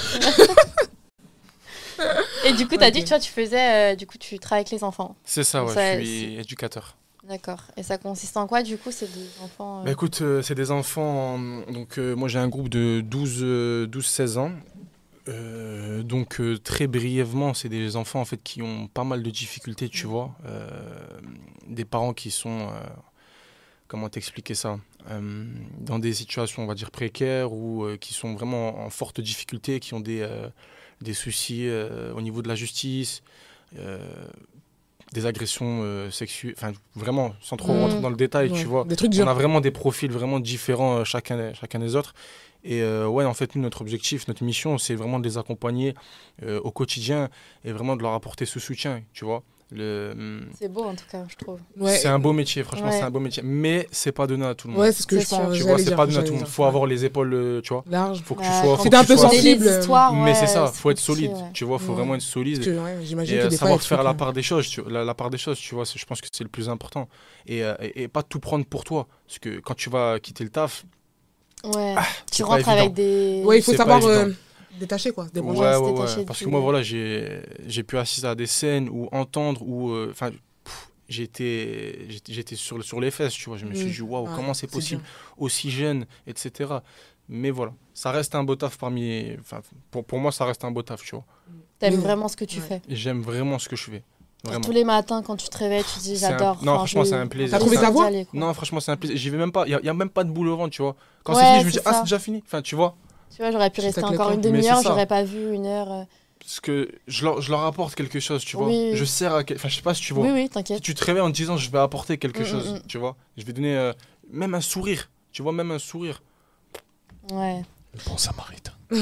Et du coup, t'as
Ok.
dit que tu, vois, tu faisais, euh, du coup, tu travailles avec les enfants.
C'est ça, ouais,
Ça,
je suis éducateur.
D'accord. Et ça consiste en quoi, du coup C'est des enfants. euh,
Bah écoute, euh, c'est des enfants. euh, Donc, euh, moi, j'ai un groupe de 12, euh, 12-16 ans. Euh, donc, euh, très brièvement, c'est des enfants en fait qui ont pas mal de difficultés, tu vois. Euh, des parents qui sont. euh, comment t'expliquer ça Euh, Dans des situations, on va dire, précaires ou euh, qui sont vraiment en forte difficulté, qui ont des, euh, des soucis euh, au niveau de la justice. euh, des agressions euh, sexuelles, enfin vraiment, sans trop
Mhm.
rentrer dans le détail,
Ouais,
tu vois.
Des trucs
On
durs.
a vraiment des profils vraiment différents euh, chacun, chacun des autres. Et euh, ouais, en fait, nous, notre objectif, notre mission, c'est vraiment de les accompagner euh, au quotidien et vraiment de leur apporter ce soutien, tu vois. Le... mm,
C'est beau, en tout cas, je trouve.
Ouais,
C'est un beau métier, franchement,
Ouais.
c'est un beau métier. Mais c'est pas donné à tout le monde.
ouais c'est ce que
C'est
je
sûr.
pense.
tu vois,
j'allais
c'est
dire,
pas donné à
j'allais
tout le monde.
dire.
Faut avoir les épaules, euh, tu vois.
large.
Faut que
Bah,
tu sois.
quand
faut
tu
que tu
fais
sois-
des
Des
sensible.
histoires,
Mais
ouais,
c'est ça, faut être
difficile,
solide.
ouais.
Tu vois, faut
Ouais.
vraiment être solide.
Parce que, ouais, J'imagine
Et
que
euh,
des fois, il y a
savoir
des
faire
trucs,
la
euh,
part des choses, tu, la, la part des choses, tu vois, c'est- je pense que c'est le plus important. Et, euh, et, et pas tout prendre pour toi, parce que quand tu vas quitter le taf,
Ouais. tu
Ah, c'est pas
rentres avec
évident.
des.
Ouais, il faut
c'est pas
savoir
évident.
euh, détacher quoi. se débrancher.
gens
ouais,
se
ouais, ouais.
détacher
Parce
du-
que moi, voilà, j'ai j'ai pu assister à des scènes ou entendre ou euh, enfin. pff, J'étais, j'étais- j'étais sur, le- sur les fesses, tu vois. Je me suis
Mm.
dit, waouh,
Ouais,
Oh, comment c'est
c'est dur.
possible, aussi jeune, etc. Mais voilà, ça reste un beau taf parmi. Enfin, pour, pour moi, ça reste un beau taf, tu vois.
T'aimes
Mais-
vraiment ce que tu
Ouais.
fais.
Et J'aime vraiment ce que je fais. Vraiment.
Tous les matins, quand tu te réveilles, tu te dis
C'est un-
j'adore.
non,
Enfin,
franchement,
je-
c'est un plaisir.
T'as trouvé
j'ai
ta
envie
voie
d'y aller, quoi.
Non, franchement, c'est un plaisir. J'y vais même pas. Il n'y a, même pas de boule au ventre, tu vois. Quand
Ouais,
c'est fini, je me
c'est
dis, ah,
ça.
c'est déjà fini. Enfin, tu vois,
Tu vois, j'aurais pu
Tu
rester
tacles
encore
le
une
camp. Mais
demi-heure,
c'est ça.
j'aurais pas vu une heure. euh.
parce que je leur, je leur apporte quelque chose, tu vois.
Oui, oui.
Je sers à. quel- Enfin, je sais pas si tu vois.
Oui, oui,
Si
t'inquiète.
tu te réveilles en te disant, je vais apporter quelque
Mm,
chose,
mm, mm.
tu vois. Je vais donner euh, même un sourire. Tu vois, même un sourire.
Ouais.
Bon samaritain.
Non,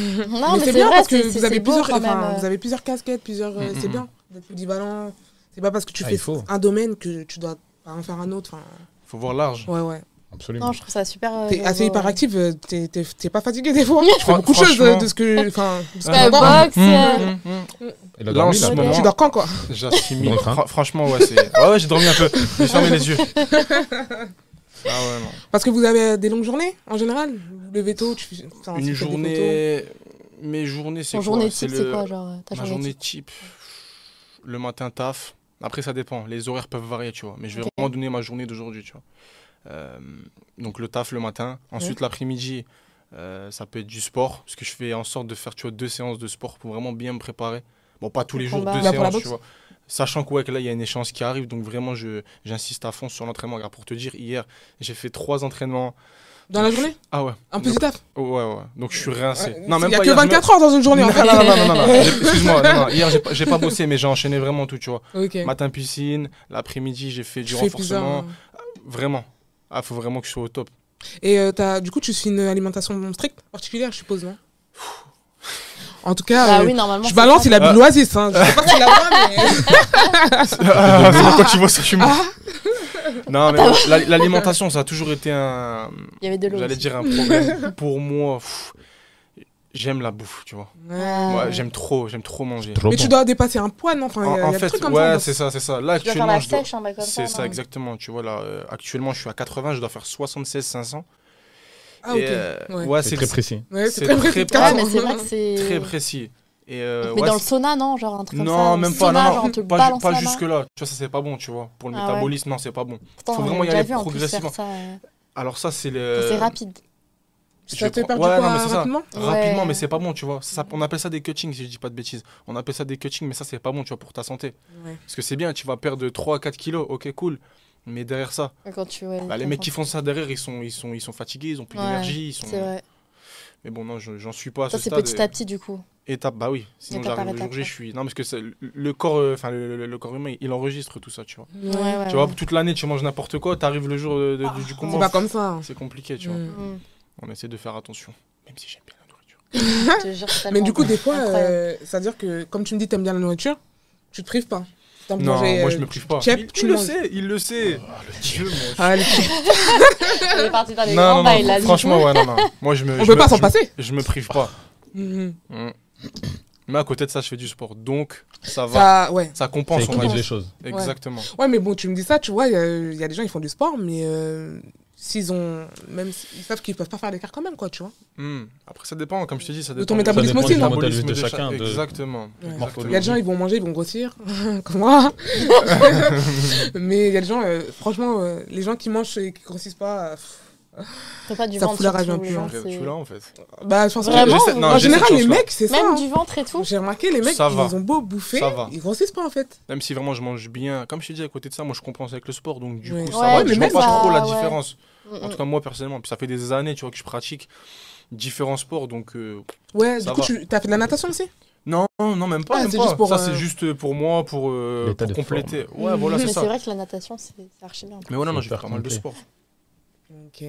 mais
mais
c'est bien
vrai,
parce
c'est-
que
c'est-
vous avez,
c'est beau
plusieurs,
quand
enfin,
même, euh.
vous avez plusieurs casquettes, plusieurs. euh,
Mm,
c'est
mm.
bien d'être polyvalent. C'est pas parce que tu
Ah, il
fais
faut.
un domaine que tu dois en faire un autre. enfin,
Faut voir large.
Ouais, ouais.
Absolument.
Non, je trouve ça super. euh,
T'es assez
beau, ouais.
hyperactive, euh, t'es- t'es t'es pas fatigué des fois. Tu fais
Fran-
beaucoup de choses euh,
franchement.
de ce que. Enfin, de ce que
Ouais,
t'entends.
bah, boxe,
Mm,
euh.
mm, mm.
Elle a
Là, en
dormi,
ce
là.
Ouais.
moment,
Tu dors quand quoi
j'assimile.
Dans le train.
Fra- franchement, ouais, c'est. Ah ouais, j'ai dormi un peu. J'ai fermé les yeux. Ah ouais, non.
Parce que vous avez euh, des longues journées en général Vous levez tôt, tu fais. enfin, tu fais
Une
des
journée. Mes journées,
Ton
c'est quoi
journée type, c'est
le-
quoi, genre euh, ta
Ma
journée
journée
type
type, le matin taf. Après, ça dépend. Les horaires peuvent varier, tu vois. Mais je vais
Ok.
vraiment donner ma journée d'aujourd'hui, tu vois. Euh, donc le taf le matin. Ensuite, l'après-midi, euh, ça peut être du sport. Parce que je fais en sorte de faire, tu vois, deux séances de sport pour vraiment bien me préparer. Bon, pas tous
Le
les jours,
combat.
deux
Là, pour la
séances, tu
boxe
vois. Sachant que, ouais, que là, il y a une échéance qui arrive. Donc vraiment, je, j'insiste à fond sur l'entraînement. Regarde, pour te dire, hier, j'ai fait trois entraînements.
Dans la journée
Ah ouais.
En plus du
Donc-
taf
Ouais, ouais. Donc je suis rincé.
Il y a que
hier, je me-
24 heures dans une journée en fait.
non, non, non, non, non, non. J'ai- Excuse-moi, non, non. hier j'ai pas, j'ai pas bossé, mais j'ai enchaîné vraiment tout, tu vois.
Ok.
Matin piscine, l'après-midi j'ai fait du
Tu fais plusieurs,
renforcement.
hein.
Vraiment. Ah, faut vraiment que je sois au top.
Et euh, t'as- du coup, tu suis une alimentation stricte particulière, je suppose, non En tout cas,
Bah
euh,
oui, normalement.
je
c'est
balance,
ça.
il a bu
Ah.
l'oasis. Hein. Je sais pas s'il a pas, mais. Ah,
quand tu vois ça, tu
Ah,
Non, mais la- l'alimentation, ça a toujours été un.
Il y avait de l'eau.
J'allais
aussi.
dire un problème. Pour moi, pff, j'aime la bouffe, tu vois.
Ouais.
Ah,
Ouais, j'aime trop, j'aime trop manger.
Trop
euh, Mais tu
bon.
dois dépasser un poids, non Enfin, il
En,
y a,
en
il y a des
fait,
trucs comme
ouais,
ça.
c'est ça, c'est ça. Là,
Tu dois faire la
actuellement, je dois.
sèche, un bail comme ça.
C'est ça,
non
exactement. Tu vois, là, euh, actuellement, je suis à 80, je dois faire 76 500.
Ah, ok.
Et, euh,
ouais.
ouais,
C'est
c'est
très précis.
Ouais,
c'est
c'est très précis.
très précis.
Ouais,
carrément.
mais c'est vrai que c'est.
très précis. Et euh,
Mais
ouais,
dans le
c'est-
sauna, non, genre un truc comme ça.
non,
au
même pas,
sauna,
non,
genre, on te
non, pas, ju-
balance
pas
la main.
jusque-là. Tu vois, ça c'est pas bon, tu vois. Pour le
Ah ouais.
métabolisme, non, c'est pas bon.
Pourtant,
Faut
on
vraiment y
l'a
aller
vu en plus faire
progressivement.
ça, euh,
Alors ça, c'est
quand
le.
C'est rapide.
Ça
je
te fait perdre
crois-
du
Ouais,
poids
non, mais c'est ça.
rapidement
Ouais.
Rapidement, mais c'est pas bon, tu vois. Ça, on appelle ça des cuttings, si je dis pas de bêtises. On appelle ça des cuttings, mais ça, c'est pas bon, tu vois, pour ta santé.
Ouais.
Parce que c'est bien, tu vas perdre 3-4 kilos, ok, cool. Mais derrière ça,
Quand tu, ouais,
bah, les mecs qui font ça derrière, ils sont, ils sont, ils sont fatigués, ils ont plus
Ouais,
d'énergie. ils sont-
C'est vrai.
Mais bon, non, je- j'en suis pas à
Ça,
ce
c'est
stade.
petit à petit, du coup.
Étape, bah oui. Sinon,
Étape par
j'arrive le jour
étape,
J,
ouais.
je suis. Non, parce que c'est- le- le corps, euh, enfin, le, le- le corps humain, il enregistre tout ça, tu vois.
Ouais, ouais.
tu vois,
ouais.
toute l'année, tu manges n'importe quoi, t'arrives le jour de- de- du- du
Ah, C'est pas
combat.
comme ça. hein.
C'est compliqué, tu vois.
Mm.
Mm.
On essaie de faire attention, même si j'aime bien la nourriture.
Je te jure, c'est
Mais
tellement
du coup,
bon.
des fois,
Incroyable.
euh, c'est-à-dire que comme tu me dis, t'aimes bien la nourriture, tu te prives pas. T'as envie de
Non,
manger,
moi
euh,
je me prive pas.
chef,
il
tu
il le
manges.
sait, il le sait. Dieu, mon
ah, les-
On est parti dans les
Non, non,
grands
non,
bails, là.
fr-
du
franchement,
coup.
ouais, non, non. Moi, je me,
On
je
peut
me-
pas s'en
je-
passer.
Je me prive pas.
Mhm.
Mm. Mais à côté de ça, je fais du sport. Donc, ça va. Ça,
Ça, ouais.
compense, on va
les
dire.
choses.
Exactement.
Ouais, mais bon, tu me dis ça, tu vois, il y, a- il y a des gens, ils font du sport, mais euh, s'ils ont. Même s- ils savent qu'ils peuvent pas faire l'écart quand même, quoi, tu vois.
Mm. Après, ça dépend, comme je te dis, ça dépend.
ton métabolisme aussi, non
Métabolisme de chacun, de-
Exactement.
Ouais.
Exactement.
Il y a des gens, ils vont manger, ils vont grossir, comme moi. mais il y a des gens, euh, franchement, euh, les gens qui mangent et qui grossissent pas. euh, pff,
Faut pas du
Ça
ventre,
fout la rage un
surtout,
peu,
le
hein.
ventre,
Je
c'est-
suis là, en fait.
bah, je pense que-
Vraiment,
J'essaie- non,
En
j'ai
général,
cette
les
chance-là.
mecs, c'est ça.
Même
hein.
du ventre et tout.
J'ai remarqué, les mecs,
Ça
ils
va.
ont beau bouffer,
Ça va.
ils grossissent pas en fait.
Même si vraiment je mange bien, comme je te dis, à côté de ça, moi je compense avec le sport, donc du
Ouais.
coup, ça
Ouais,
va.
mais
Je vois
même
pas
ça,
trop la
ouais.
différence. En
Mm,
tout cas, moi personnellement. Puis ça fait des années, tu vois, que je pratique différents sports, donc. euh,
Ouais,
Ça
du coup,
va.
tu as fait de la natation aussi
Non, non, même pas.
Ah,
même
c'est
pas.
juste pour,
ça,
euh,
c'est juste pour moi, pour, euh,
L'état
pour
de
compléter. Ouais, voilà,
Mais
c'est ça.
c'est vrai que la natation, c'est c'est archi bien.
Mais voilà, non, j'ai fait
Hyper
pas mal de
complet.
sport.
Ok.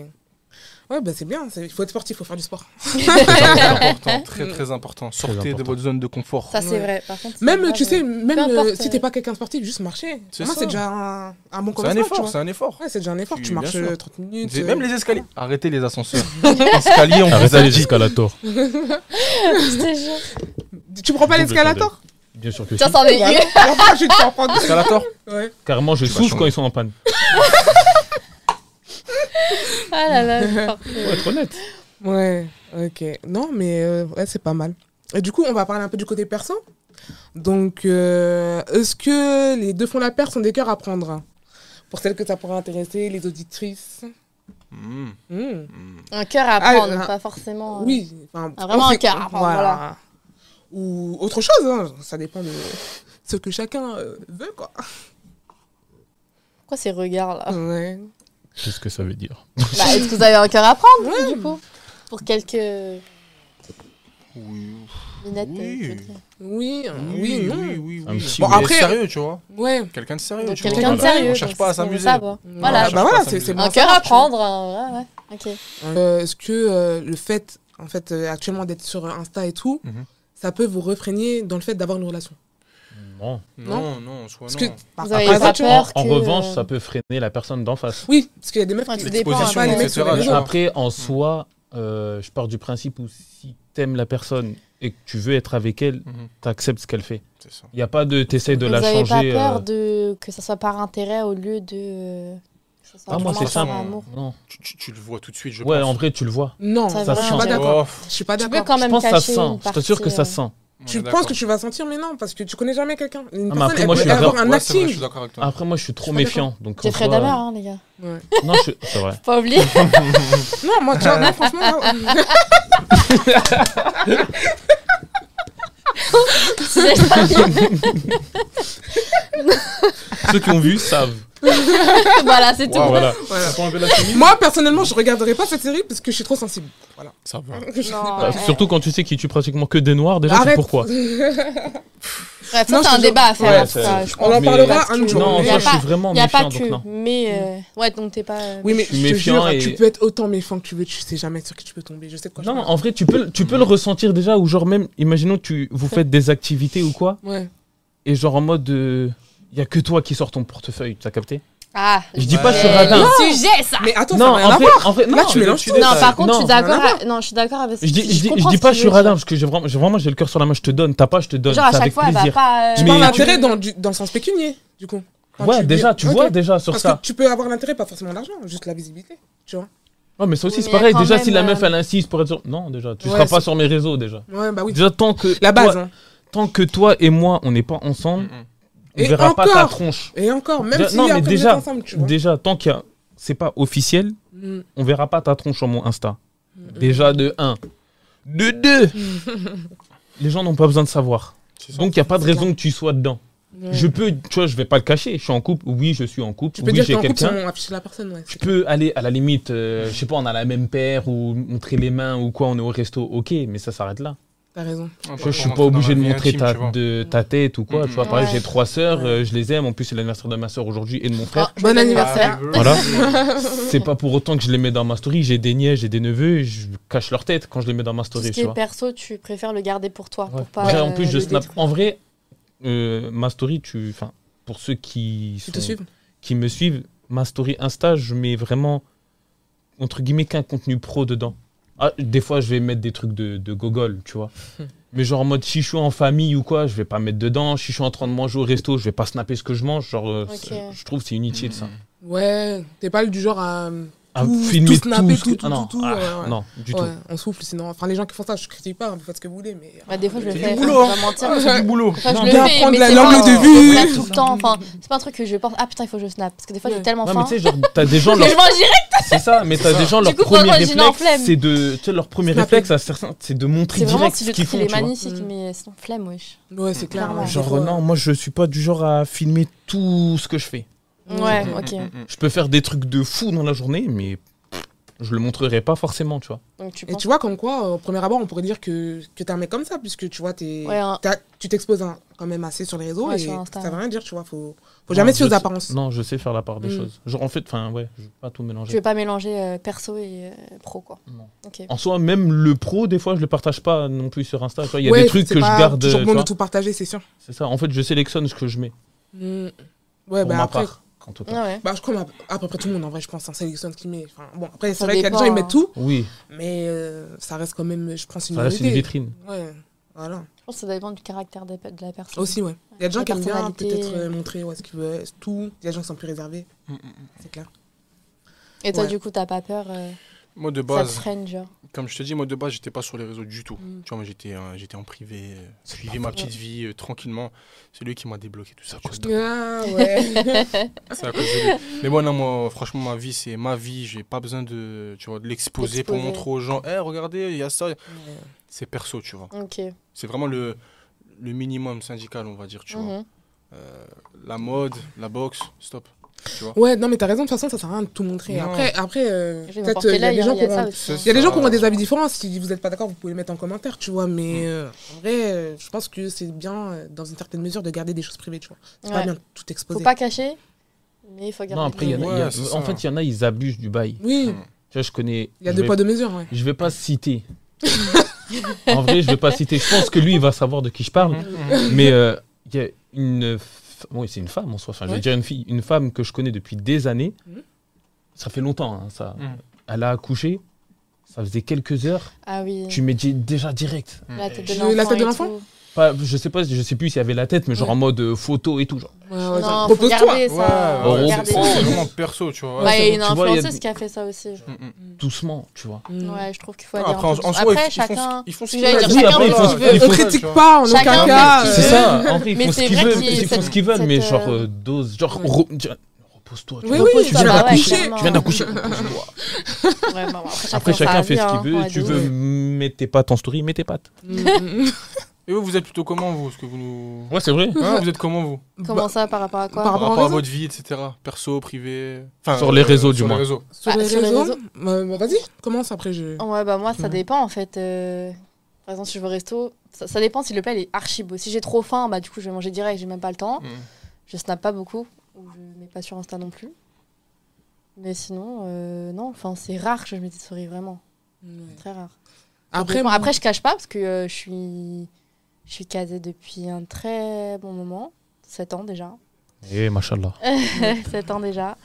Ouais, bah c'est bien, c'est- il faut être sportif, il faut faire du sport.
Très important, très très important. Sortez de
important.
votre zone de confort.
Ça, c'est
Ouais.
vrai. Par contre, c'est
Même,
grave,
tu sais,
ouais.
même
Peu
euh,
importe,
si t'es
euh,
pas quelqu'un de sportif, juste marcher.
C'est
Pour moi,
ça.
c'est déjà un, un bon
C'est un
commencement, tu
effort,
vois.
c'est un effort.
Ouais, c'est déjà un effort,
Oui,
tu
bien
marches
sûr.
euh, 30 minutes.
C'est-
euh,
Même les escaliers. Arrêtez les ascenseurs. Escalier, on
Arrête
vous
d'aller
aide.
jusqu'à la tour.
Je te jure.
Tu prends pas
Double
l'escalator
Bien sûr que si.
Tiens, c'en est
Bah non, alors moi, je vais te faire prendre.
Escalator
Ouais.
Carrément, je
Tu vas
souffle
changer.
quand ils sont en panne.
Ah là là.
Faut
parfait.
être honnête.
Ouais, ok. Non, mais euh, ouais, c'est pas mal. Et du coup, on va parler un peu du côté perso. Donc, euh, est-ce que les deux font la paire sont des cœurs à prendre Pour celles que ça pourrait intéresser, les auditrices.
Mmh,
Hmm.
mmh.
Un cœur à
Ah,
prendre,
un-
pas forcément. euh,
Oui. enfin,
Ah, vraiment
on
un
sait-
cœur, enfin, voilà.
Ou autre chose, hein, ça dépend de ce que chacun euh, veut, quoi.
Pourquoi ces regards là
Ouais.
Qu'est-ce que ça veut dire
Bah, Est-ce que vous avez un cœur à prendre du coup Pour quelques
Oui,
lunettes. euh,
Oui.
je dirais.
Oui, euh,
Ah oui,
oui, non.
oui, oui,
Un
oui.
petit
Bon,
oui.
après, sérieux, tu vois.
Ouais.
Quelqu'un de sérieux,
Donc
tu vois.
quelqu'un de
Voilà.
sérieux.
On cherche
donc
pas à
si on veut
s'amuser.
savoir. Voilà.
Ouais, bah
Je
voilà,
pense
c'est
que
c'est bon.
Un
savoir,
cœur à
tu
prendre. euh, ouais, ouais, ok.
vois. Euh, Est-ce que euh, le fait, en fait, euh, actuellement d'être sur Insta et tout,
Mhm.
ça peut vous refréner dans le fait d'avoir une relation
Non.
Non, non, en soi,
Parce que,
Oh non.
par-
Vous avez
par
pas
exemple, tu vois-
peur
En
que,
revanche,
euh,
ça peut freiner la personne d'en face.
Oui, parce qu'il y a des meufs
Enfin,
qui
tout
disent
dépend. hein.
L'exposition,
après.
les mecs sur les
Ah,
etc.
réseaux.
vois.
Après, en soi, euh, je pars du principe où si t'aimes la personne et que tu veux être avec elle,
Mhm,
t'acceptes ce qu'elle fait.
C'est ça.
Il n'y a pas de t'essayes de
Vous
la
avez pas
changer. euh,
peur de que ça soit par intérêt au lieu de. euh, que ça soit
Ah, moi,
vraiment
c'est
par
simple.
amour.
Non.
Tu, tu- tu le vois tout de suite, je
Ouais, en
pense.
vrai, tu le vois.
Non,
Ça
je suis
change.
pas d'accord.
Oh,
Je suis pas
Tu peux
d'accord.
quand
Je
même
pense que ça
cacher
sent.
une
Je t'assure
partie,
que ça
euh,
sent.
on est
Tu
d'accord.
penses que tu vas sentir, mais non, parce que tu connais jamais quelqu'un. Une
Ah, mais
personne,
après,
elle
moi,
peut
je suis
avoir
grave-
un
Ouais, c'est vrai, je
acting.
suis d'accord avec toi.
Après, moi, je suis trop
Je suis pas
méfiant. Donc, en
Jeffrey
soi, euh,
Dahmer, hein, les gars.
Ouais.
Non, je... c'est vrai.
Faut Pas oublier.
Non, moi, tu vois, non, franchement. là-
C'est ça.
Ceux qui ont vu savent.
voilà, bah, c'est tout.
Waouh.
Voilà.
Voilà.
Faut enlever la chemise.
Moi, personnellement, je regarderai pas cette série parce que je suis trop sensible. Voilà.
Ça va.
Non,
Bah,
ouais.
Surtout quand tu sais qu'il tue pratiquement que des noirs, déjà, c'est
Arrête.
pourquoi.
Bref,
Non,
ça, c'est
je
un
te
débat à
Ouais,
faire. hein,
c'est-
ça, je pense.
On en
Mais-
parlera un jour.
Non, en
mais-
y
soi,
a
je suis
pas-
vraiment
Il n'y a
méfiant,
pas
donc
que.
non.
Mais. euh, Ouais, donc t'es pas. euh,
Mm. Oui, mais
Je suis
je te
méfiant
jure,
et-
tu peux être autant méfiant que tu veux, tu sais jamais sur qui tu peux tomber. Je sais de quoi
Non,
je
en vrai, tu peux, tu peux le ressentir déjà, ou genre même, imaginons, tu, vous faites des activités ou quoi,
parle. Ouais.
et genre en mode, il y a que toi qui sors ton portefeuille, t'as capté
Ah,
Je dis pas
Ouais.
je suis radin.
le sujet, ça
Mais attends,
Non,
ça n'a rien
en
à
vrai,
voir.
en vrai, non,
Là, tu
je-
mélanges tout.
détail.
Non, par contre, je suis
Non, ça n'a
d'accord.
rien
à- Non, ah, je suis d'accord avec. ce
Je
que
dis,
tu
je dis, je
comprends
dis
ce
pas
que
je
tu
suis
veux dire.
radin, parce que j'ai vraiment, j'ai vraiment, j'ai le cœur sur la main, je te donne, t'as pas, je te donne, c'est
Genre à chaque
avec
fois, elle va
plaisir.
pas. euh,
Tu
Mais-
parles
tu-
d'intérêt dans, du- dans le sens pécunier, du coup. Quand
Ouais,
tu-
déjà, tu
Ok.
vois déjà sur
Parce
ça.
que tu peux avoir l'intérêt, pas forcément l'argent, juste la visibilité. Tu vois
Ouais, mais ça aussi,
Oui,
c'est
mais
pareil,
quand
déjà,
même,
si la
euh,
meuf, elle insiste pour être sur... Non, déjà, tu
Ouais,
seras pas
c'est-
sur mes réseaux, déjà.
Ouais, bah oui.
Déjà, tant que...
La base.
toi-
hein.
tant que toi et moi, on n'est pas ensemble,
Mhm.
on
Et
verra pas ta
encore.
tronche.
Et encore, même
Déjà-
si
non, mais
après, vous
déjà-
êtes ensemble, tu vois.
Déjà, tant qu'il y a... C'est pas officiel,
Mm.
on verra pas ta tronche sur mon Insta. Déjà de 1. De 2. Les gens n'ont pas besoin de savoir.
C'est ça.
Donc il n'y a pas de raison que tu sois dedans.
Ouais.
Je peux, tu vois, je vais pas le cacher. Je suis en couple. Oui, je suis en couple.
Mm. Tu peux
oui,
dire
j'ai
qu'en couple,
quelqu'un.
sans afficher la personne, ouais.
Je peux aller à la limite, euh, je sais pas, on a la même paire ou montrer les mains ou quoi, on est au resto, ok, mais ça s'arrête là.
T'as raison.
Je, je suis pas obligé de montrer ta, de, ta tête ou quoi.
Mhm.
Tu
Mm.
vois, pareil,
Ouais.
j'ai trois sœurs, euh, je les aime. En plus, c'est l'anniversaire de ma sœur aujourd'hui et de
Ah,
mon
Ah,
frère.
Bon anniversaire.
Voilà. c'est pas pour autant que je les mets dans ma story. J'ai des nièces, j'ai des neveux, je cache leur tête quand je les mets dans ma
Tout ce
story.
qui
Tu vois.
est perso, tu préfères le garder pour toi.
Ouais.
Pour pas,
Déjà, en plus,
euh,
je
le
snap.
détruire.
En vrai, euh, ma story, tu, enfin, pour ceux qui,
Tu
sont-
te suivent
qui me suivent, ma story Insta, je mets vraiment entre guillemets qu'un contenu pro dedans. Ah, des fois, je vais mettre des trucs de, de gogol, tu vois. Mais genre en mode chichou en famille ou quoi, je vais pas mettre dedans. Chichou en train de manger au resto, je vais pas snapper ce que je mange. Genre, euh,
Ok.
c'est- je trouve que c'est inutile ça.
Ouais, t'es pas du genre à. euh,
À
Tout-
Ah, filmer
tout snapper,
ce que-
tout, tout,
Ah non,
tout, tout,
ah,
ouais, ouais.
non, du tout.
Ouais, on souffle sinon. Enfin, les gens qui font ça, je critique pas, hein, vous faites ce que vous voulez, mais.
Bah, des fois, je le
C'est
fais.
du
enfin, je
boulot,
vais pas mentir.
Ah, c'est du boulot.
Enfin,
Non,
je le
bien
fais,
prendre
mais
la
c'est
langue
pas-
de
c'est pas
vue.
tout le temps. Enfin, c'est pas un truc que je pense. Ah putain, il faut que je snap. Parce que des fois, j'ai
Ouais.
tellement
Non, mais
faim.
tu sais, genre, t'as des gens,
Mais
leur-
je mange direct.
c'est ça, mais t'as des gens, leur
coup,
premier
quand je dis non,
réflexe,
flemme.
c'est de, tu sais, leur premier
Snapper.
réflexe à certains, c'est de montrer
C'est vraiment
direct
si
ce
le
qu'ils
truc il
font,
est
tu vois.
magnifique,
Mm.
mais sinon, flemme, wesh.
Ouais, hein, c'est clair.
Clairement.
ouais.
Genre,
Des fois,
non, moi je suis pas du genre à filmer tout ce que je fais.
Ouais,
Mm.
ok.
Je peux faire des trucs de fou dans la journée, mais pff, je le montrerai pas forcément, tu vois.
Donc, tu
Et
penses.
tu vois, comme quoi, euh, au premier abord, on pourrait dire que, que t'es un mec comme ça, puisque tu vois, t'es-
Ouais, hein, un-
t'as- tu t'exposes un- quand même assez sur les réseaux
Ouais,
et
sur Insta,
ça veut
ouais.
rien dire, tu vois. Faut, faut
Non,
jamais se fier
je
aux
sais-
apparences.
Non, je sais faire la part des
Mm.
choses. Genre, en fait, enfin, ouais, je vais pas tout
Tu
mélanger.
veux pas mélanger euh, perso et euh, pro, quoi.
Non.
Ok.
En soi, même le pro, des fois, je le partage pas non plus sur Insta. tu vois. Il y a
Ouais,
des trucs
c'est
que je
pas
garde.
toujours
tu
bon de
vois.
tout partager, c'est sûr.
C'est ça. En fait, je sélectionne ce que je mets
Mm. Ouais,
pour
bah
ma
après.
part, en tout cas.
Ah ouais.
Bah, je crois à, à peu près tout le monde en vrai, je pense, hein, en sélectionne ce qu'il met. Enfin, bon, après, c'est
Ça
vrai qu'il y a des gens,
dépend, hein.
ils mettent tout,
Oui,
mais euh, ça reste quand même, je pense, une
ça reste une
minorité.
vitrine.
Ouais, voilà.
Je pense que ça dépend du caractère des pe- de la personne.
Aussi, ouais. Il y a des gens
La
qui aiment bien
personnalité.
peut-être euh, montrer ouais, ce qu'ils veulent, tout. Il y a des gens qui sont plus réservés,
mm,
c'est clair.
Et toi,
Ouais.
du coup, t'as pas peur euh,
Moi de
Ça te
base,
freine, genre.
comme je te dis, moi de base, j'étais pas sur les réseaux du tout.
Mm.
Tu vois, moi j'étais euh, j'étais en privé, euh, je
C'est
vivais
pas
ma petite vie euh, tranquillement. C'est lui qui m'a débloqué tout ça. tu vois.
Ah, ouais.
C'est à cause de lui. Mais bon, non, moi, franchement, ma vie, c'est ma vie. J'ai pas besoin de, tu vois, de l'exposer pour
Exposer.
montrer aux gens. Eh, regardez, il y a ça. C'est perso, tu vois.
Ok.
C'est vraiment le, le minimum syndical, on va dire, tu vois.
hein.
Mhm.
Euh, la mode, la boxe, stop. Tu vois.
Ouais, non, mais t'as raison, de toute façon, ça sert à rien de tout montrer.
Non.
Après, après euh,
Je vais
peut-être
m'emporter
euh, il y a
là,
des gens qui auront.
aussi. hein.
Il y a des gens qui
Ça-
auront des avis différents. Si vous n'êtes pas d'accord, vous pouvez le mettre en commentaire, tu vois. Mais euh, en vrai, euh, je pense que c'est bien, euh, dans une certaine mesure, de garder des choses privées, tu vois. C'est pas
Ouais.
bien de tout
Faut
exposer.
pas cacher, mais il faut garder.
Non, après, il y en a-
Ouais,
il y a-
c'est ça.
en fait, il y en a, ils abusent du bail.
Oui,
Tu vois, je connais.
il y a
je
deux
vais-
poids, deux mesures, ouais.
Je vais pas citer. en vrai, je vais pas citer. Je pense que lui, il va savoir de qui je parle.
Mhm.
Mais euh, il y a une. f- Oui, c'est une femme en soi. Enfin, je
Ouais.
vais dire une fille, une femme que je connais depuis des années.
Mhm.
Ça fait longtemps, hein, ça.
Mhm.
Elle a accouché. Ça faisait quelques heures.
Ah oui.
Tu mets di- déjà direct.
La tête de
Je-
l'enfant.
la tête de
et
l'enfant
tout.
Pas, je sais pas, je sais plus s'il y avait la tête, mais genre
Ouais.
en mode euh, photo et tout. genre.
Ouais, ouais,
Ah
Non,
ça-
faut garder
Ouais,
ça.
Oh,
ouais,
Garder
c'est
ça.
c'est vraiment perso, tu vois.
Bah, il
ouais.
y a une
Tu vois, il y a-
influenceuse qui a fait ça aussi. genre.
Mm, mm.
Doucement, tu vois.
Mm.
Ouais, je trouve qu'il faut
Non,
aller.
Après,
un
Ah, en,
peu
en
douce.
soi,
Après,
ils, ils font
chacun.
ce- ils font ce
Oui,
qu'ils veulent.
après, ils font ce
voilà,
qu'ils veulent.
ils
Euh, On
font ça,
critique
tu vois.
pas, en aucun
Chacun fait
cas.
ce
euh,
qu'il
C'est ça, en vrai, ils
Mais
font ce
c'est
qu'ils
vrai
veulent,
qu'il y a
ils font
cette-
ce qu'ils veulent, mais
cette,
genre
euh,
euh, dose, genre
Ouais.
re- tiens, repose-toi. tu
Oui,
vois.
oui,
tu
ça va,
viens
ouais,
d'accoucher,
clairement.
tu viens d'accoucher.
Ouais, bah, bon, après,
Après, chacun
sa
fait
vie,
ce
hein,
qu'il veut.
ouais,
Tu
de
veux
ouf.
mettre tes pattes en story, mets tes pattes.
Mm.
Et vous, vous êtes plutôt comment, vous Parce que vous nous.
Ouais, c'est vrai.
Hein, vous êtes comment, vous
Comment ça par rapport à quoi
Par
Par
rapport
rapport
aux
à votre vie, etc. Perso, privé. Enfin, euh,
Sur les réseaux, du
sur les
moins.
réseaux.
Ah, Sur,
Bah,
les
sur les
réseaux,
réseaux.
bah, bah, Vas-y, commence après. Je...
Oh, Ouais, bah moi, ça
Mm.
Ouais.
dépend en fait. euh, Par exemple, si je vais au resto, ça, ça dépend si le plat il est archi beau. Si j'ai trop faim, bah du coup, je vais manger direct, j'ai même pas le temps.
Mm.
Je snap pas beaucoup, ou je mets pas sur Insta non plus. Mais sinon, euh, non, enfin, c'est rare que je mets des souris, vraiment.
Ouais.
Très rare.
Après,
Bon,
moi-
après, je cache pas parce que euh, je suis je suis casée depuis un très bon moment, 7 ans déjà.
Eh, machallah.
7 ans déjà.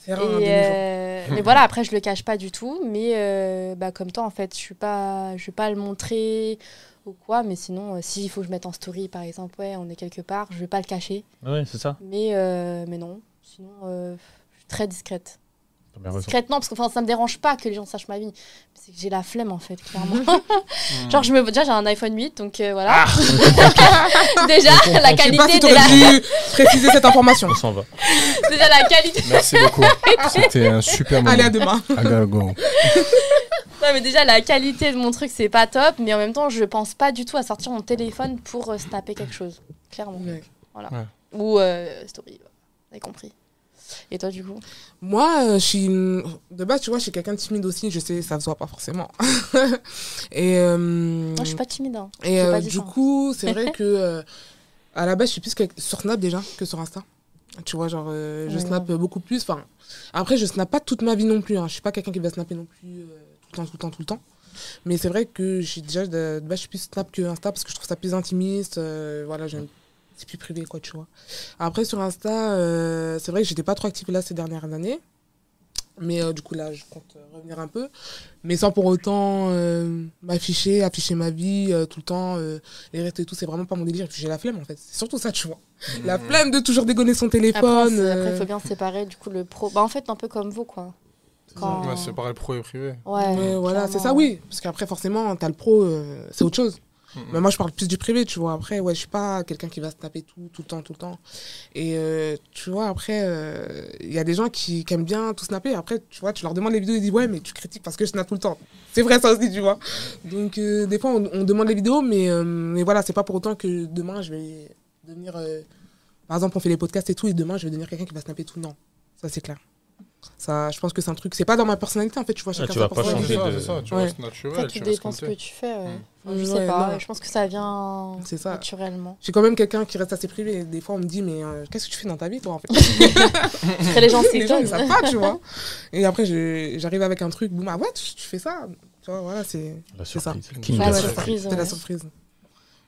c'est
Et,
rare, hein, de nos jours.
euh, mais voilà, après je le cache pas du tout, mais euh, bah, comme toi en fait, je suis pas je vais pas le montrer ou quoi, mais sinon euh, s'il faut que je mette en story par exemple, ouais, on est quelque part, je vais pas le cacher,
Ouais, c'est ça.
mais euh, mais non, sinon euh, je suis très discrète.
T'as bien raison.
Discrète non parce que enfin, ça me dérange pas que les gens sachent ma vie, mais c'est que j'ai la flemme en fait, clairement. Genre je me déjà j'ai un iPhone 8 donc euh, voilà.
Ah Je
déjà la
sais pas si
qualité de
t'aurais
la
dû préciser cette information.
On s'en va.
déjà la qualité
Merci beaucoup. C'était un super
Allez, à demain.
I gotta go.
Non, mais déjà, la qualité de mon truc, c'est pas top, mais en même temps, je pense pas du tout à sortir mon téléphone pour euh, snapper quelque chose, clairement.
Ouais.
Voilà.
Ouais.
Ou euh, story, voilà. vous avez compris. Et toi, du coup
Moi, euh, je suis une- de base, tu vois, je suis quelqu'un de timide aussi. Je sais, ça se voit pas forcément. et euh,
Moi, je suis pas timide. hein.
et
j'ai pas
euh,
dit
du
ça.
coup, c'est vrai que euh, à la base, je suis plus que- sur Snap déjà que sur Insta. Tu vois, genre, euh, je
Ouais.
snap beaucoup plus. Enfin, après, je snap pas toute ma vie non plus. hein. Je suis pas quelqu'un qui va snapper non plus euh, tout le temps, tout le temps, tout le temps. Mais c'est vrai que je suis déjà de, de base, je suis plus snap que Insta parce que je trouve ça plus intimiste. euh, voilà, j'aime- c'est plus privé, quoi, tu vois. Après, sur Insta, euh, c'est vrai que j'étais pas trop active là ces dernières années. Mais euh, du coup, là, je compte euh, revenir un peu. Mais sans pour autant euh, m'afficher, afficher ma vie euh, tout le temps, euh, les restes et tout, c'est vraiment pas mon délire. Et puis j'ai la flemme, en fait. C'est surtout ça, tu vois. La flemme de toujours dégonner son
Après,
téléphone.
c'est- après, il
euh,
faut bien séparer, du coup, le pro. Bah, en fait, un peu comme vous, quoi. Quand...
Ouais, c'est pareil, pro et privé.
Ouais,
Ouais, voilà, c'est ça,
clairement.
oui. Parce qu'après, forcément, t'as le pro, euh, c'est autre chose.
Mhm.
Mais moi, je parle plus du privé, tu vois. Après, ouais, je suis pas quelqu'un qui va se taper tout, tout le temps, tout le temps. Et euh, tu vois, après, euh, il y a des gens qui, qui aiment bien tout snapper. Après, tu vois, tu leur demandes les vidéos, ils disent ouais, mais tu critiques parce que je snap tout le temps. C'est vrai, ça aussi, tu vois. Donc, euh, des fois, on, on demande les vidéos, mais, euh, mais voilà, c'est pas pour autant que demain, je vais devenir. euh, par exemple, on fait les podcasts et tout, et demain, je vais devenir quelqu'un qui va snapper tout. Non, ça, c'est clair. Ça, je pense que c'est un truc. C'est pas dans ma personnalité, en fait, tu vois. chacun
Ah, tu
sa
vas pas
Ouais,
personnalité.
c'est
changer
ça,
de-
c'est ça, tu
Ouais.
restes
Après,
naturel,
tu
tu restes
dépenses
comme
ce que
t'es.
tu fais. ouais.
Mm.
Enfin, je
Ouais,
sais pas,
non.
je pense que ça vient
C'est ça.
naturellement.
Je suis quand même quelqu'un qui reste assez privé. Des fois, on me dit, mais euh, qu'est-ce que tu fais dans ta vie, toi, en fait
Après, les gens
Les gens, ils savent
s'étonnent.
pas, tu vois. Et après, je- j'arrive avec un truc, boum, ah ouais, tu, tu fais ça. Tu vois, voilà, c'est
La
C'est ça.
surprise.
Une
King
La
de
Ouais,
surprise.
surprise,
c'est la
ouais.
surprise.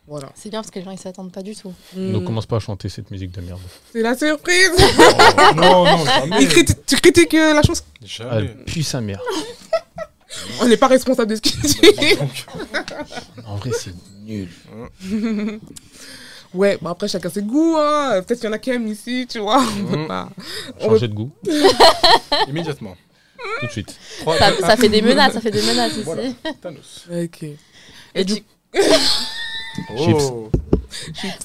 Voilà.
C'est bien parce que les gens ils s'attendent pas du tout.
Ne
Mm.
commence pas à chanter cette musique de merde.
C'est la surprise
Oh, non, non, jamais.
Il criti- Tu critiques euh, la chanson
Ah,
Jamais.
puis sa mère.
On n'est pas responsable de ce qu'il dit.
Donc,
En vrai, c'est nul.
Ouais, bon, après, chacun ses goûts, hein. Peut-être qu'il y en a qui aiment ici, tu vois. Bah, On peut
Mm.
Mmh.
pas.
Changer de goût,
Immédiatement.
tout de suite.
Trois,
Ça, ça fait des menaces, ça fait des menaces ici.
Ah, bah, Voilà. Thanos.
Ok.
Et du
Oh.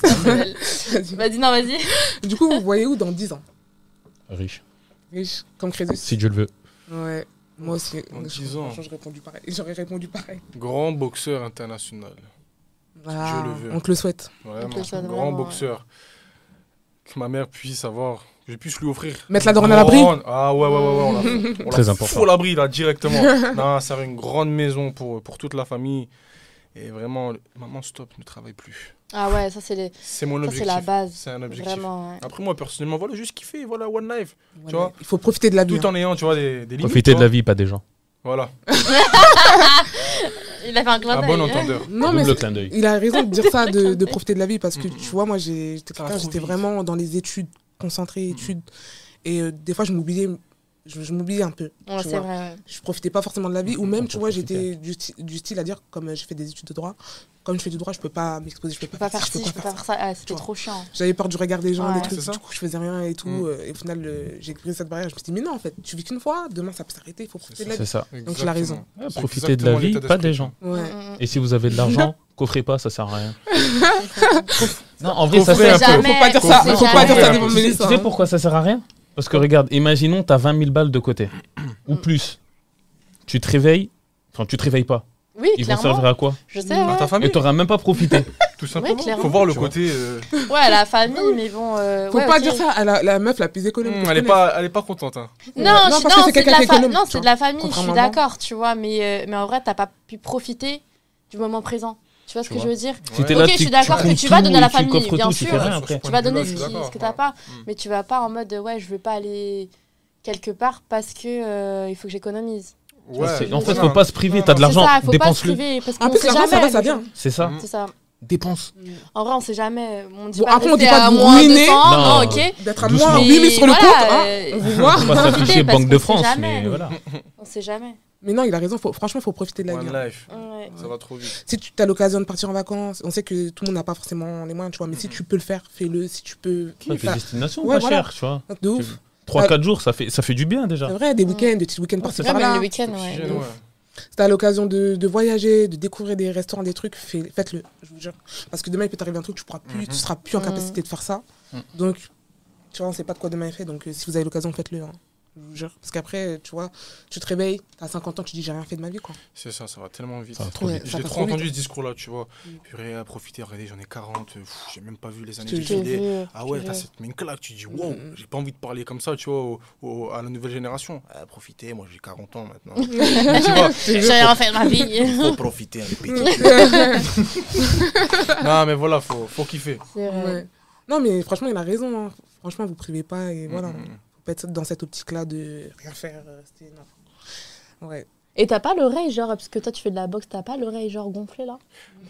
Vas-y.
Vas-y, non, vas-y.
Du coup, vous voyez où dans 10 ans
Riche.
Riche, comme Crésus.
Si Dieu le veut.
Ouais. Moi aussi.
Dans
Je-
10 ans.
franchement, J'aurais répondu pareil. J'aurais répondu pareil.
Grand boxeur international.
Ah,
le veux.
on te le souhaite.
Vraiment.
le souhaite
Grand
vraiment,
boxeur. Que ma mère puisse avoir. Que je puisse lui offrir.
Mettre la dorne à l'abri
Grande- Ah ouais, ouais, ouais, ouais. On l'a on l'a
Très
fout
important.
à l'abri, là, directement. non, ça va une grande maison pour, pour toute la famille. Et vraiment, maman, stop, ne travaille plus.
Ah ouais, ça c'est les...
C'est mon
ça,
objectif.
c'est la base.
C'est un objectif.
Vraiment, ouais.
Après, moi, personnellement, voilà, juste kiffer, voilà, One Life.
Ouais,
vois
Il faut profiter de la vie. hein.
Tout en ayant, tu vois, des, des limites.
Profitez
tu
de
vois.
la vie, pas des gens.
Voilà,
Il a fait un clin
un
d'œil.
Ah, bon entendeur.
Non, mais
Double
c'est-
clin d'œil.
il a raison de dire ça, de, de profiter de la vie, parce que
Mm,
tu vois, moi, j'ai- j'étais
Ça va
quelqu'un,
trop
j'étais
vite.
vraiment dans les études, concentrée, études. Et euh, des fois, je m'oubliais. Je, je m'oubliais un peu.
Ouais,
tu
c'est
vois.
vrai, ouais.
Je profitais pas forcément de la vie. Ou même,
on
tu
peut
vois,
profiter.
j'étais du, sti- du style à dire, comme euh, j'ai fait des études de droit, comme je fais du droit, je peux pas m'exposer, je peux
Je peux
pas
pas
faire
faire
ci,
ci, je peux pas faire ça. Ah, c'était
Tu vois.
trop chiant.
J'avais peur du regard des gens,
Ouais.
des trucs,
C'est ça.
du coup, je faisais rien et tout.
Mm.
euh, et au final, euh, j'ai brisé cette barrière. Je me suis dit, mais non, en fait, tu vis qu'une fois, demain, ça peut s'arrêter, il faut profiter de la
C'est
vie.
ça.
Donc, il a raison.
Exactement.
Ouais,
C'est
profitez de la
exactement
vie,
l'état
pas des
d'esprit.
gens.
Ouais.
Mm, mm.
Et si vous avez de l'argent, coffrez pas, ça sert à rien. non, en vrai,
Coffrez
ça
un
sert.
peu.
Jamais,
Faut pas dire
on
ça,
sait
faut pas
jamais.
dire ça
Ouais,
devant
Tu sais-
Mélissa.
tu sais
hein.
pourquoi ça sert à rien Parce que regarde, imaginons, t'as 20 000 balles de côté,
Mm.
ou plus. Tu te réveilles, enfin, tu te réveilles pas.
Oui,
Ils vont
clairement.
servir à quoi
Je sais,
À
ouais.
ta famille,
Et t'auras même pas profité.
tout
Ouais,
simplement.
clairement.
Faut voir le
Tu vois.
côté. euh,
Ouais, la famille, mais bon. euh,
Faut
ouais,
pas
ok.
dire ça à la, la meuf la plus économique.
hmm,
que je
elle est
connaisse.
pas, elle est pas contente. hein.
Non,
Non, parce
je-
que
non,
c'est
c'est de
quelqu'un
la
qui est
fa-
économe,
non,
tu
c'est de
vois,
la famille, je suis
contrairement à moi.
d'accord, tu vois, mais, euh, mais en vrai, t'as pas pu profiter du moment présent. Tu vois ce
Tu
que
vois.
je veux dire
Si t'es
Ouais.
Ok,
là,
je
tu-
suis d'accord
tu
que tu vas
tout
donner à la
et tu
famille,
coffres
bien
tout, tu fais
sûr.
rien
Sur ce
après.
Tu
point
vas
de vue-là,
donner
je
ce,
suis
qui-
d'accord,
ce que
voilà.
t'as pas,
Mm.
mais tu vas pas en mode euh, ouais, je veux pas aller quelque part parce que euh, il faut que j'économise.
Ouais,
C'est-
c'est
en fait,
ça.
faut pas se priver. T'as de
C'est
l'argent,
ça, faut pas se
dépense-le.
priver parce
En
qu'on
plus,
sait
Ah, l'argent,
jamais.
ça va,
le
ça
jour.
vient.
C'est ça.
Mm.
C'est ça.
Dépense.
En vrai, on sait jamais. On dit
Bon,
pas
après, on dit
rester
pas
à
de vous
moins
ruiner.
200, non,
Non.
ok.
D'être à
Doucement.
moins 8 000 sur le
Mais
compte,
voilà,
hein.
euh,
On vous voit.
Faut pas s'afficher
profiter parce
Banque de
qu'on sait
France,
jamais.
mais voilà.
On sait jamais.
Mais non, il a raison. Faut, franchement, faut profiter de la vie. hein.
One life.
Ouais.
Ça va trop vite.
Si tu as l'occasion de partir en vacances, on sait que tout le monde n'a pas forcément les moyens, tu vois.
Mm.
Mais si tu peux le faire, fais-le. Si tu peux.
Ouais, tes
Enfin,
destinations
Ouais,
pas
voilà.
chères, tu
Ah.
vois.
de ouf.
3-4 jours, ça fait, ça fait du bien
C'est
déjà.
vrai, des week-ends, des petits week-ends par-ci
Ouais,
par-là.
même le week-end, ouais.
Oxygène, ouais.
Si t'as l'occasion de, de voyager, de découvrir des restaurants, des trucs, fais- faites-le, je vous jure. Parce que demain, il peut t'arriver un truc, tu pourras plus,
Mm-hmm.
tu seras plus en
Mhm.
capacité de faire ça.
Mhm.
Donc, tu vois, on sait pas de quoi demain est fait. Donc, euh, si vous avez l'occasion, faites-le. hein. je vous jure. Parce qu'après, tu vois, tu te réveilles, t'as 50 ans, tu dis j'ai rien fait de ma vie, quoi.
C'est ça, ça va tellement vite.
Ça va trop
Ouais, vite. ça
J'ai
passe
trop
trop
entendu
vite.
ce discours-là, tu vois.
Mm.
Purée, à profiter, regardez, j'en ai 40, pff, j'ai même pas vu les années
te
de
jure.
filer.
jure,
Ah
je
ouais,
te
t'as
jure.
cette mine là, tu dis wow,
Mm.
j'ai pas envie de parler comme ça, tu vois, au- au- à la nouvelle génération. Ah, profitez, moi j'ai 40 ans maintenant.
Je te
J'ai
jure.
rien fait de ma vie.
Il faut profiter un petit peu. non, mais voilà, faut, faut kiffer.
C'est vrai.
Ouais. Non, mais franchement, il a raison. hein. Franchement, vous privez pas et voilà.
Mm, mm.
Faut pas être dans cette optique-là de rien faire. euh, c'est- non. Ouais.
Et t'as pas l'oreille, genre, parce que toi tu fais de la boxe, t'as pas l'oreille, genre, gonflée là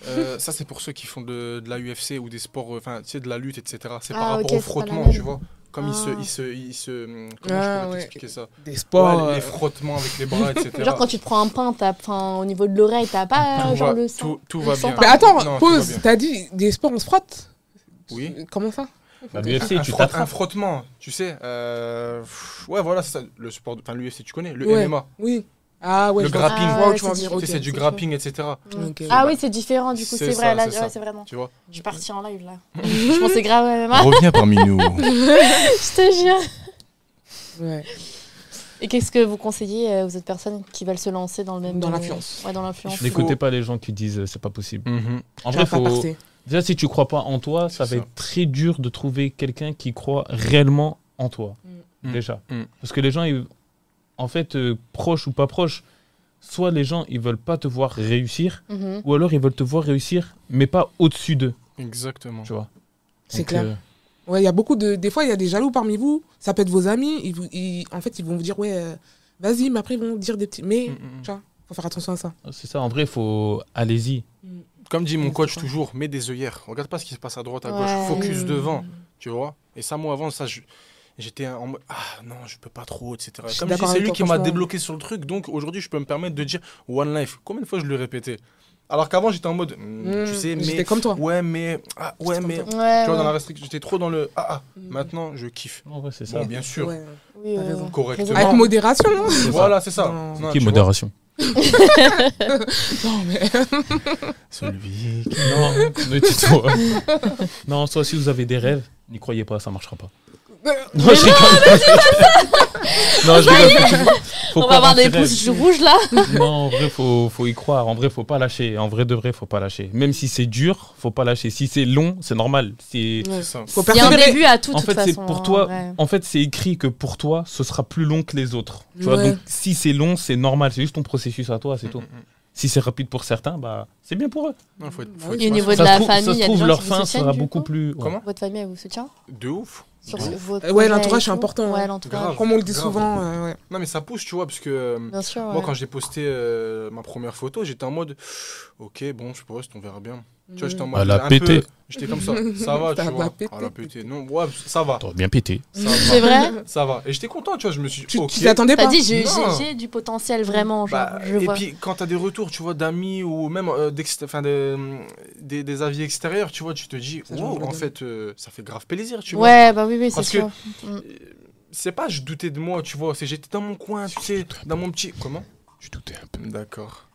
Euh, ça, c'est pour ceux qui font de, de la UFC ou des sports, euh, enfin, tu sais, de la lutte, etc. C'est
Ah,
par
ok,
rapport au
c'est pas la
frottement,
même.
tu vois. Comme ils se.
Ah.
Ils se, ils se mm, comment
Ah,
je pourrais
ouais.
t'expliquer ça
Des
Ouais,
sports.
les, les
euh,
frottements avec les bras, etc.
Genre, quand tu te prends un pain, t'as, enfin, au niveau de l'oreille, t'as pas, euh,
tout,
genre,
va,
le sang.
tout, tout
le
va
sang
bien.
Mais attends,
Non, tout va
pause.
bien.
T'as dit des sports, on se frotte
Oui.
Comment ça
Bah, l'UFC,
un,
tu
frot- un
t'attrapes.
frottement, tu sais. euh, pff, ouais, voilà, c'est ça. Le sport, enfin, l'UFC, tu connais, le
Ouais.
MMA.
Oui. Ah ouais,
Le
je vois-
grappling.
je vois où
Ah,
tu veux en
c'est
venir,
du-
ok.
tu sais, c'est du
c'est
grapping, etc.
Mm.
Ok.
Ah oui, c'est différent, du coup,
C'est
c'est,
ça,
vrai, là,
c'est
ouais,
ça.
c'est vraiment.
Tu vois
Je suis partie en live là. je pensais grave à MMA,
Reviens parmi nous.
je te jure.
Ouais.
Et qu'est-ce que vous conseillez euh, aux autres personnes qui veulent se lancer dans le même.
Dans
euh,
l'influence.
Ouais, dans l'influence.
faut-
N'écoutez pas les gens qui disent euh, c'est pas possible. En
J'arrive
vrai,
pas à
faut...
passer.
déjà, si tu crois pas en toi, ça
C'est
va
ça.
être très dur de trouver quelqu'un qui croit réellement en toi.
Mm.
Déjà.
Mm.
Parce que les gens, ils- en fait, euh, proches ou pas proches, soit les gens, ils veulent pas te voir réussir,
Mhm.
ou alors ils veulent te voir réussir, mais pas au-dessus d'eux.
Exactement.
Tu vois
C'est
Donc,
clair.
euh,
Ouais, il y a beaucoup de. Des fois, il y a des jaloux parmi vous. Ça peut être vos amis. Ils vous, ils- en fait, ils vont vous dire, ouais, euh, vas-y, mais après, ils vont dire des petits. Mais
Mm, mm, mm.
faut faire attention à ça.
euh, c'est ça, en vrai, faut. Allez-y.
Comme dit mon
C'est
coach
ça.
toujours, mets des œillères. Regarde pas ce qui se passe à droite, à
Ouais.
gauche. Focus
Mm.
devant, tu vois. Et ça, moi, avant, ça, je- j'étais en mode ah non, je peux pas trop, etc.
Je suis
Comme je dis,
d'accord
c'est
avec
lui
toi,
qui m'a
franchement.
débloqué sur le truc, donc aujourd'hui, je peux me permettre de dire One Life. Combien de fois je le répétais Alors qu'avant, j'étais en mode Mm, tu sais,
Hmm, J'étais
mais
comme toi.
ouais, mais ah, ouais,
comme
mais
toi.
tu
Ouais,
vois, dans
ouais.
la restriction, j'étais trop dans le ah ah.
Mm.
Maintenant, je kiffe.
En vrai, c'est ça.
Bon, bien sûr,
Ouais.
Oui,
T'as
ouais,
raison.
ouais.
Correctement.
Avec
Non.
modération. hein.
C'est ça.
voilà, c'est ça.
Non.
Non,
Qui est
tu vois.
modération
Non, mais.
Celui qui-
Non, mais tais-toi. non, soit si vous avez des rêves, n'y croyez pas, ça marchera pas. Non, je rigole. Non, je rigole. Faut
On
croire
va
en
avoir
ses
des
rêves.
pouces rouges là.
Non, en vrai, faut, faut y croire. En vrai, faut pas lâcher. En vrai, de vrai, faut pas lâcher. Même si c'est dur, faut pas lâcher. Si c'est long, c'est normal. C'est
Ouais.
C'est ça.
Faut
Il y a un
persévérer.
début à tout, de
en
toute
fait, c'est
façon.
pour
hein,
toi.
ouais.
En fait, c'est écrit que pour toi, ce sera plus long que les autres. Tu vois,
Ouais.
donc si c'est long, c'est normal. C'est juste ton processus à toi, c'est tout.
Mm, mm, mm.
Si c'est rapide pour certains, bah c'est bien pour eux.
Non, faut être-
Et
faut
au
être
Et au
patient.
niveau de
ça
la
se trouve, ça se
famille, il y a des
trouve,
gens
leur
qui
fin
vous soutiennent,
sera
du
beaucoup
coup
plus. ouais.
Comment
Votre famille, elle vous soutient
De ouf.
Sur
De
ce-
ouf.
votre
Ouais,
projet
l'entourage,
et
c'est
tout
important,
Ouais,
hein.
l'entourage.
Comme on le dit
Grave.
souvent. euh, ouais.
Non, mais ça pousse, tu vois, parce que euh,
Bien sûr.
moi,
ouais.
quand j'ai posté euh, ma première photo, j'étais en mode, ok, bon, je poste, on verra bien. Tu vois, j'étais en mode.
Elle a
un
pété.
peu- J'étais comme ça, ça va,
Ça
tu
va
vois.
péter.
Elle a pété. Non, ouais, ça va.
T'aurais bien pété.
Ça
C'est
va.
vrai
Ça va. Et j'étais content, tu vois, je me suis dit,
Tu
ok.
tu t'y attendais
T'as
pas.
dit, j'ai
Non.
j'ai- j'ai du potentiel vraiment, genre,
Bah,
je
et
vois.
puis quand t'as des retours tu vois d'amis ou même euh, d'ext- enfin, de- des, des avis extérieurs tu vois tu te dis
Ça, je me
wow,
le
en
donne.
fait euh, ça fait grave plaisir tu vois
Ouais, bah oui, oui, c'est
Parce que-
sûr.
Euh, c'est pas je doutais de moi tu vois c'est j'étais dans mon coin tu sais dans mon petit comment
Je doutais un peu.
d'accord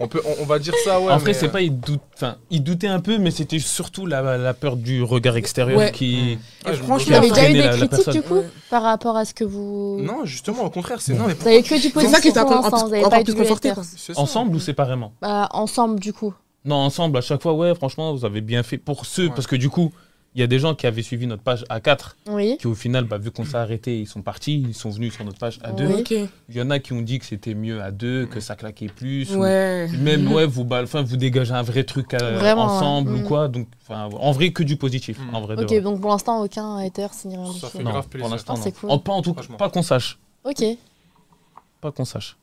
on peut on, on va dire ça ouais
en vrai,
mais,
c'est
euh,
pas il doute, enfin, il doutait un peu, mais c'était surtout la, la peur du regard extérieur
Ouais.
qui.
Ah, je me
franchement,
Vous avez déjà
Faire
eu
freiner
des
la- la
critiques,
personne.
du coup,
Ouais.
par rapport à ce que vous.
Non, justement, au contraire, c'est non, mais
Vous avez que du
C'est ça qui
positif
t'a
pour
encore
l'instant, vous
plus-
avez pas
encore
eu
plus
de
conforté.
haters.
quoi.
c'est ça.
Ensemble ou séparément
Bah, ensemble, du coup.
Non, ensemble, à chaque fois, ouais, franchement, vous avez bien fait pour ceux.
Ouais.
Parce que du coup, il y a des gens qui avaient suivi notre page A4,
Oui.
qui au final, bah, vu qu'on s'est arrêté, ils sont partis, ils sont venus sur notre page A2.
Oui.
Ok.
Il y en a qui ont dit que c'était mieux à deux, que ça claquait plus. ou-
Ouais.
Mm.
Même, ouais, vous, bah, enfin, vous dégagez un vrai truc euh,
Vraiment,
ensemble
ouais.
ou
Mm.
quoi. Donc, enfin, en vrai, que du positif.
Mm.
En vrai, de
Ok,
vrai.
donc pour l'instant, aucun hater, c'est ni rien du
Ça
tout.
fait-
Non,
grave
pour
plaisir.
l'instant,
Ah,
non.
c'est cool.
En- pas en tout cas,
Franchement.
pas qu'on sache.
Ok.
Pas qu'on sache.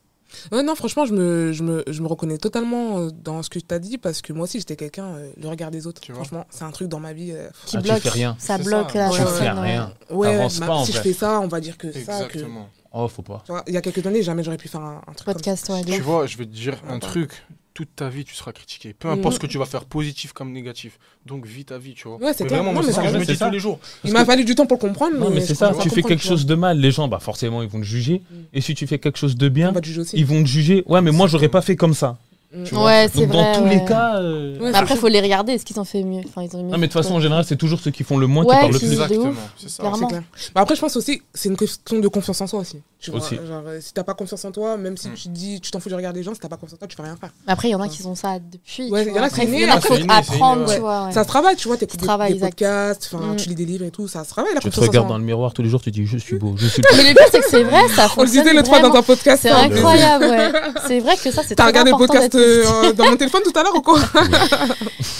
Ouais, non, franchement, je me, je, me, je me reconnais totalement euh, dans ce que tu as dit parce que moi aussi, j'étais quelqu'un, euh, le regard des autres.
Tu vois.
franchement, c'est un truc dans ma vie. euh,
Qui
Ah, tu
bloque.
fais rien.
Ça
C'est
bloque
ça.
la
Tu
Tu
Ouais,
fais
ouais,
personne. Ah, ouais.
rien.
ouais,
T'avances pas, en
si je
vrai.
fais ça, on va dire que ça. Que,
Exactement.
Oh, faut pas.
tu vois, il y a quelques années, jamais j'aurais pu faire un, un truc. Comme...
Podcast, ouais. de
Tu
ouf.
vois, je vais te dire
Ah
un
bah.
truc. Toute ta vie, tu seras critiqué. Peu
Mm.
importe ce que tu vas faire, positif comme négatif. Donc, vis ta vie, tu vois.
Ouais, c'est
Mais
clair.
Vraiment,
Non,
moi,
mais
c'est ce
t'as
que je
raison,
me
c'est
dis
ça.
tous les jours.
Il m'a fallu du temps pour comprendre.
Non, mais c'est ça.
je
Tu
comprends,
fais
je
quelque
vois.
chose de mal, les gens, bah forcément, ils vont te juger.
Mm.
Et si tu fais quelque chose de
On
bien,
va Mm. te juger aussi.
ils vont te juger. Ouais, mais moi, j'aurais pas fait comme ça. tu vois.
Ouais, c'est
Donc,
vrai.
dans tous
ouais.
les cas. euh,
Ouais,
Mais après, faut les regarder. Est-ce qu'ils ont fait mieux Enfin, ils ont mieux
Non, mais de toute façon, en
quoi.
général, c'est toujours ceux qui font le moins
Ouais,
qui parlent le
qui-
plus.
de
Exactement,
ouf.
c'est ça.
Clairement.
C'est clair. Bah après, je pense aussi, c'est une question de confiance en soi aussi. Tu vois,
Aussi.
genre, euh, si t'as pas confiance en toi, même si
Mm.
tu te dis, tu t'en fous du regard des gens, si t'as pas confiance en toi, tu fais rien faire.
Mais Après, il y en a qui ont ça depuis.
Ouais, il
tu
y
vois.
en a
Après,
qui
il y en
naissent.
a qui faut
C'est inné, c'est
apprendre,
inné, ouais.
tu vois. ouais.
Ça se travaille, tu vois, t'écoutes
Ça se
des,
travaille,
des
exact.
podcasts, enfin,
Mm.
tu lis des livres et tout, ça se travaille la
Tu te
confiance en
regardes
soi.
dans le miroir tous les jours, tu dis je suis beau, je suis beau.
Mais le pire, c'est que c'est vrai, ça
On le
fonctionne.
disait l'autre fois dans
vraiment.
un podcast.
C'est
hein,
incroyable, ouais. C'est vrai que ça, c'est
T'as
très
regardé le
important
podcast
d'être positif.
euh, dans mon téléphone tout à l'heure ou quoi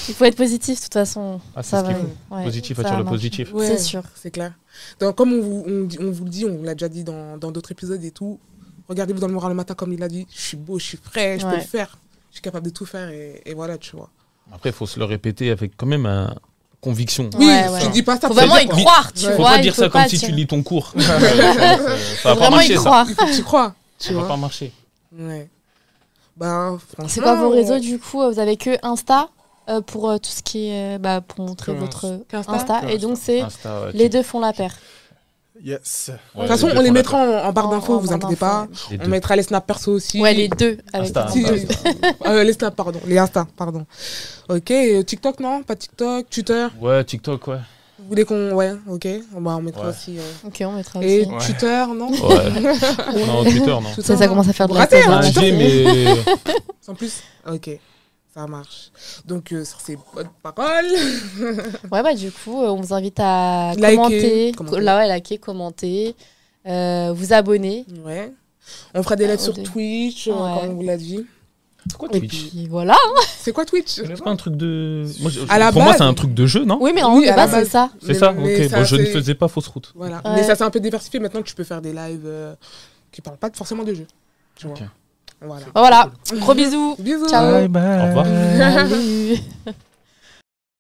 Il faut être positif, de toute façon.
Ah, c'est
Ça
ce qu'il
va.
faut.
ouais,
Positif
ça
attire le
marche.
positif.
Ouais.
C'est sûr.
C'est clair. Donc, comme on vous, on dit- on vous le dit, on l'a déjà dit dans dans d'autres épisodes et tout, regardez-vous dans le miroir le matin comme il a dit, je suis beau, je suis frais, je peux
Ouais.
le faire, je suis capable de tout faire et, et voilà, tu vois.
Après, il faut se le répéter avec quand même un- conviction.
Oui,
Ouais,
tu
ouais.
dis pas ça
Faut
pour
vraiment
dire
y
quoi.
croire, tu
Ouais.
vois.
faut pas
il
dire
faut
ça comme
pas
si tu
tirer.
lis ton cours. Ça va pas
Vraiment y
marcher, ça.
croire.
Il faut que tu crois, tu
Ça va
vois.
pas marcher.
Ouais. Ben, franchement.
C'est quoi vos
on-
réseaux du coup Vous avez que Insta euh, pour euh, tout ce qui est euh, bah, pour montrer
Que
votre euh,
Insta.
Insta. Et donc c'est
Insta, ouais,
les
tu-
deux font la paire.
De
Yes.
ouais,
toute façon,
deux
on les
fois
mettra en, en barre
En-
d'infos,
en
vous
barre
inquiétez
d'infos,
pas.
ouais.
la- les
On
deux.
mettra les snaps perso aussi.
Ouais, les deux avec
Insta,
Si-
Insta.
Insta, Insta.
Euh, les snaps, pardon. Les Insta, pardon. Ok, euh, TikTok, non Pas TikTok, Twitter
Ouais, TikTok, ouais.
Vous voulez qu'on. Ouais, ok. Bah, on mettra
Ouais.
aussi. euh,
Ok, on mettra
Et
aussi.
Ouais.
Twitter, non
Ouais. Non, Twitter, non.
Twitter,
Ça, ça
non
commence à faire de
Vous
la
ratez,
saison,
hein,
là.
Un
Twitter,
G, mais.
Sans plus Ok, ça marche. Donc, euh, sur ces bonnes paroles.
Ouais, bah du coup, euh, on vous invite à
Liker,
commenter,
commenter.
co- là, ouais, liker, commenter, euh, vous abonner.
Ouais. On fera des lives
Ah,
sur
ok.
Twitch, euh,
Ouais.
comme on vous l'a dit.
C'est quoi
Et
Twitch
Puis voilà.
C'est quoi Twitch
C'est pas un truc de. Moi, je-
À la
Pour moi,
base-
c'est un truc de jeu, non
Oui, mais en
Oui, à
de
la
base, c'est
base.
ça.
C'est ça
Mais- mais
Ok, bon, je ne
c'est-
faisais pas fausse route.
Voilà.
Ouais.
Mais ça s'est un peu diversifié. Maintenant, tu peux faire des lives euh, qui parlent pas forcément de jeux. Tu vois.
Ok.
Voilà.
Bah, Voilà. Gros bisous.
Bisous.
Oh. Ciao.
Au revoir.
Salut.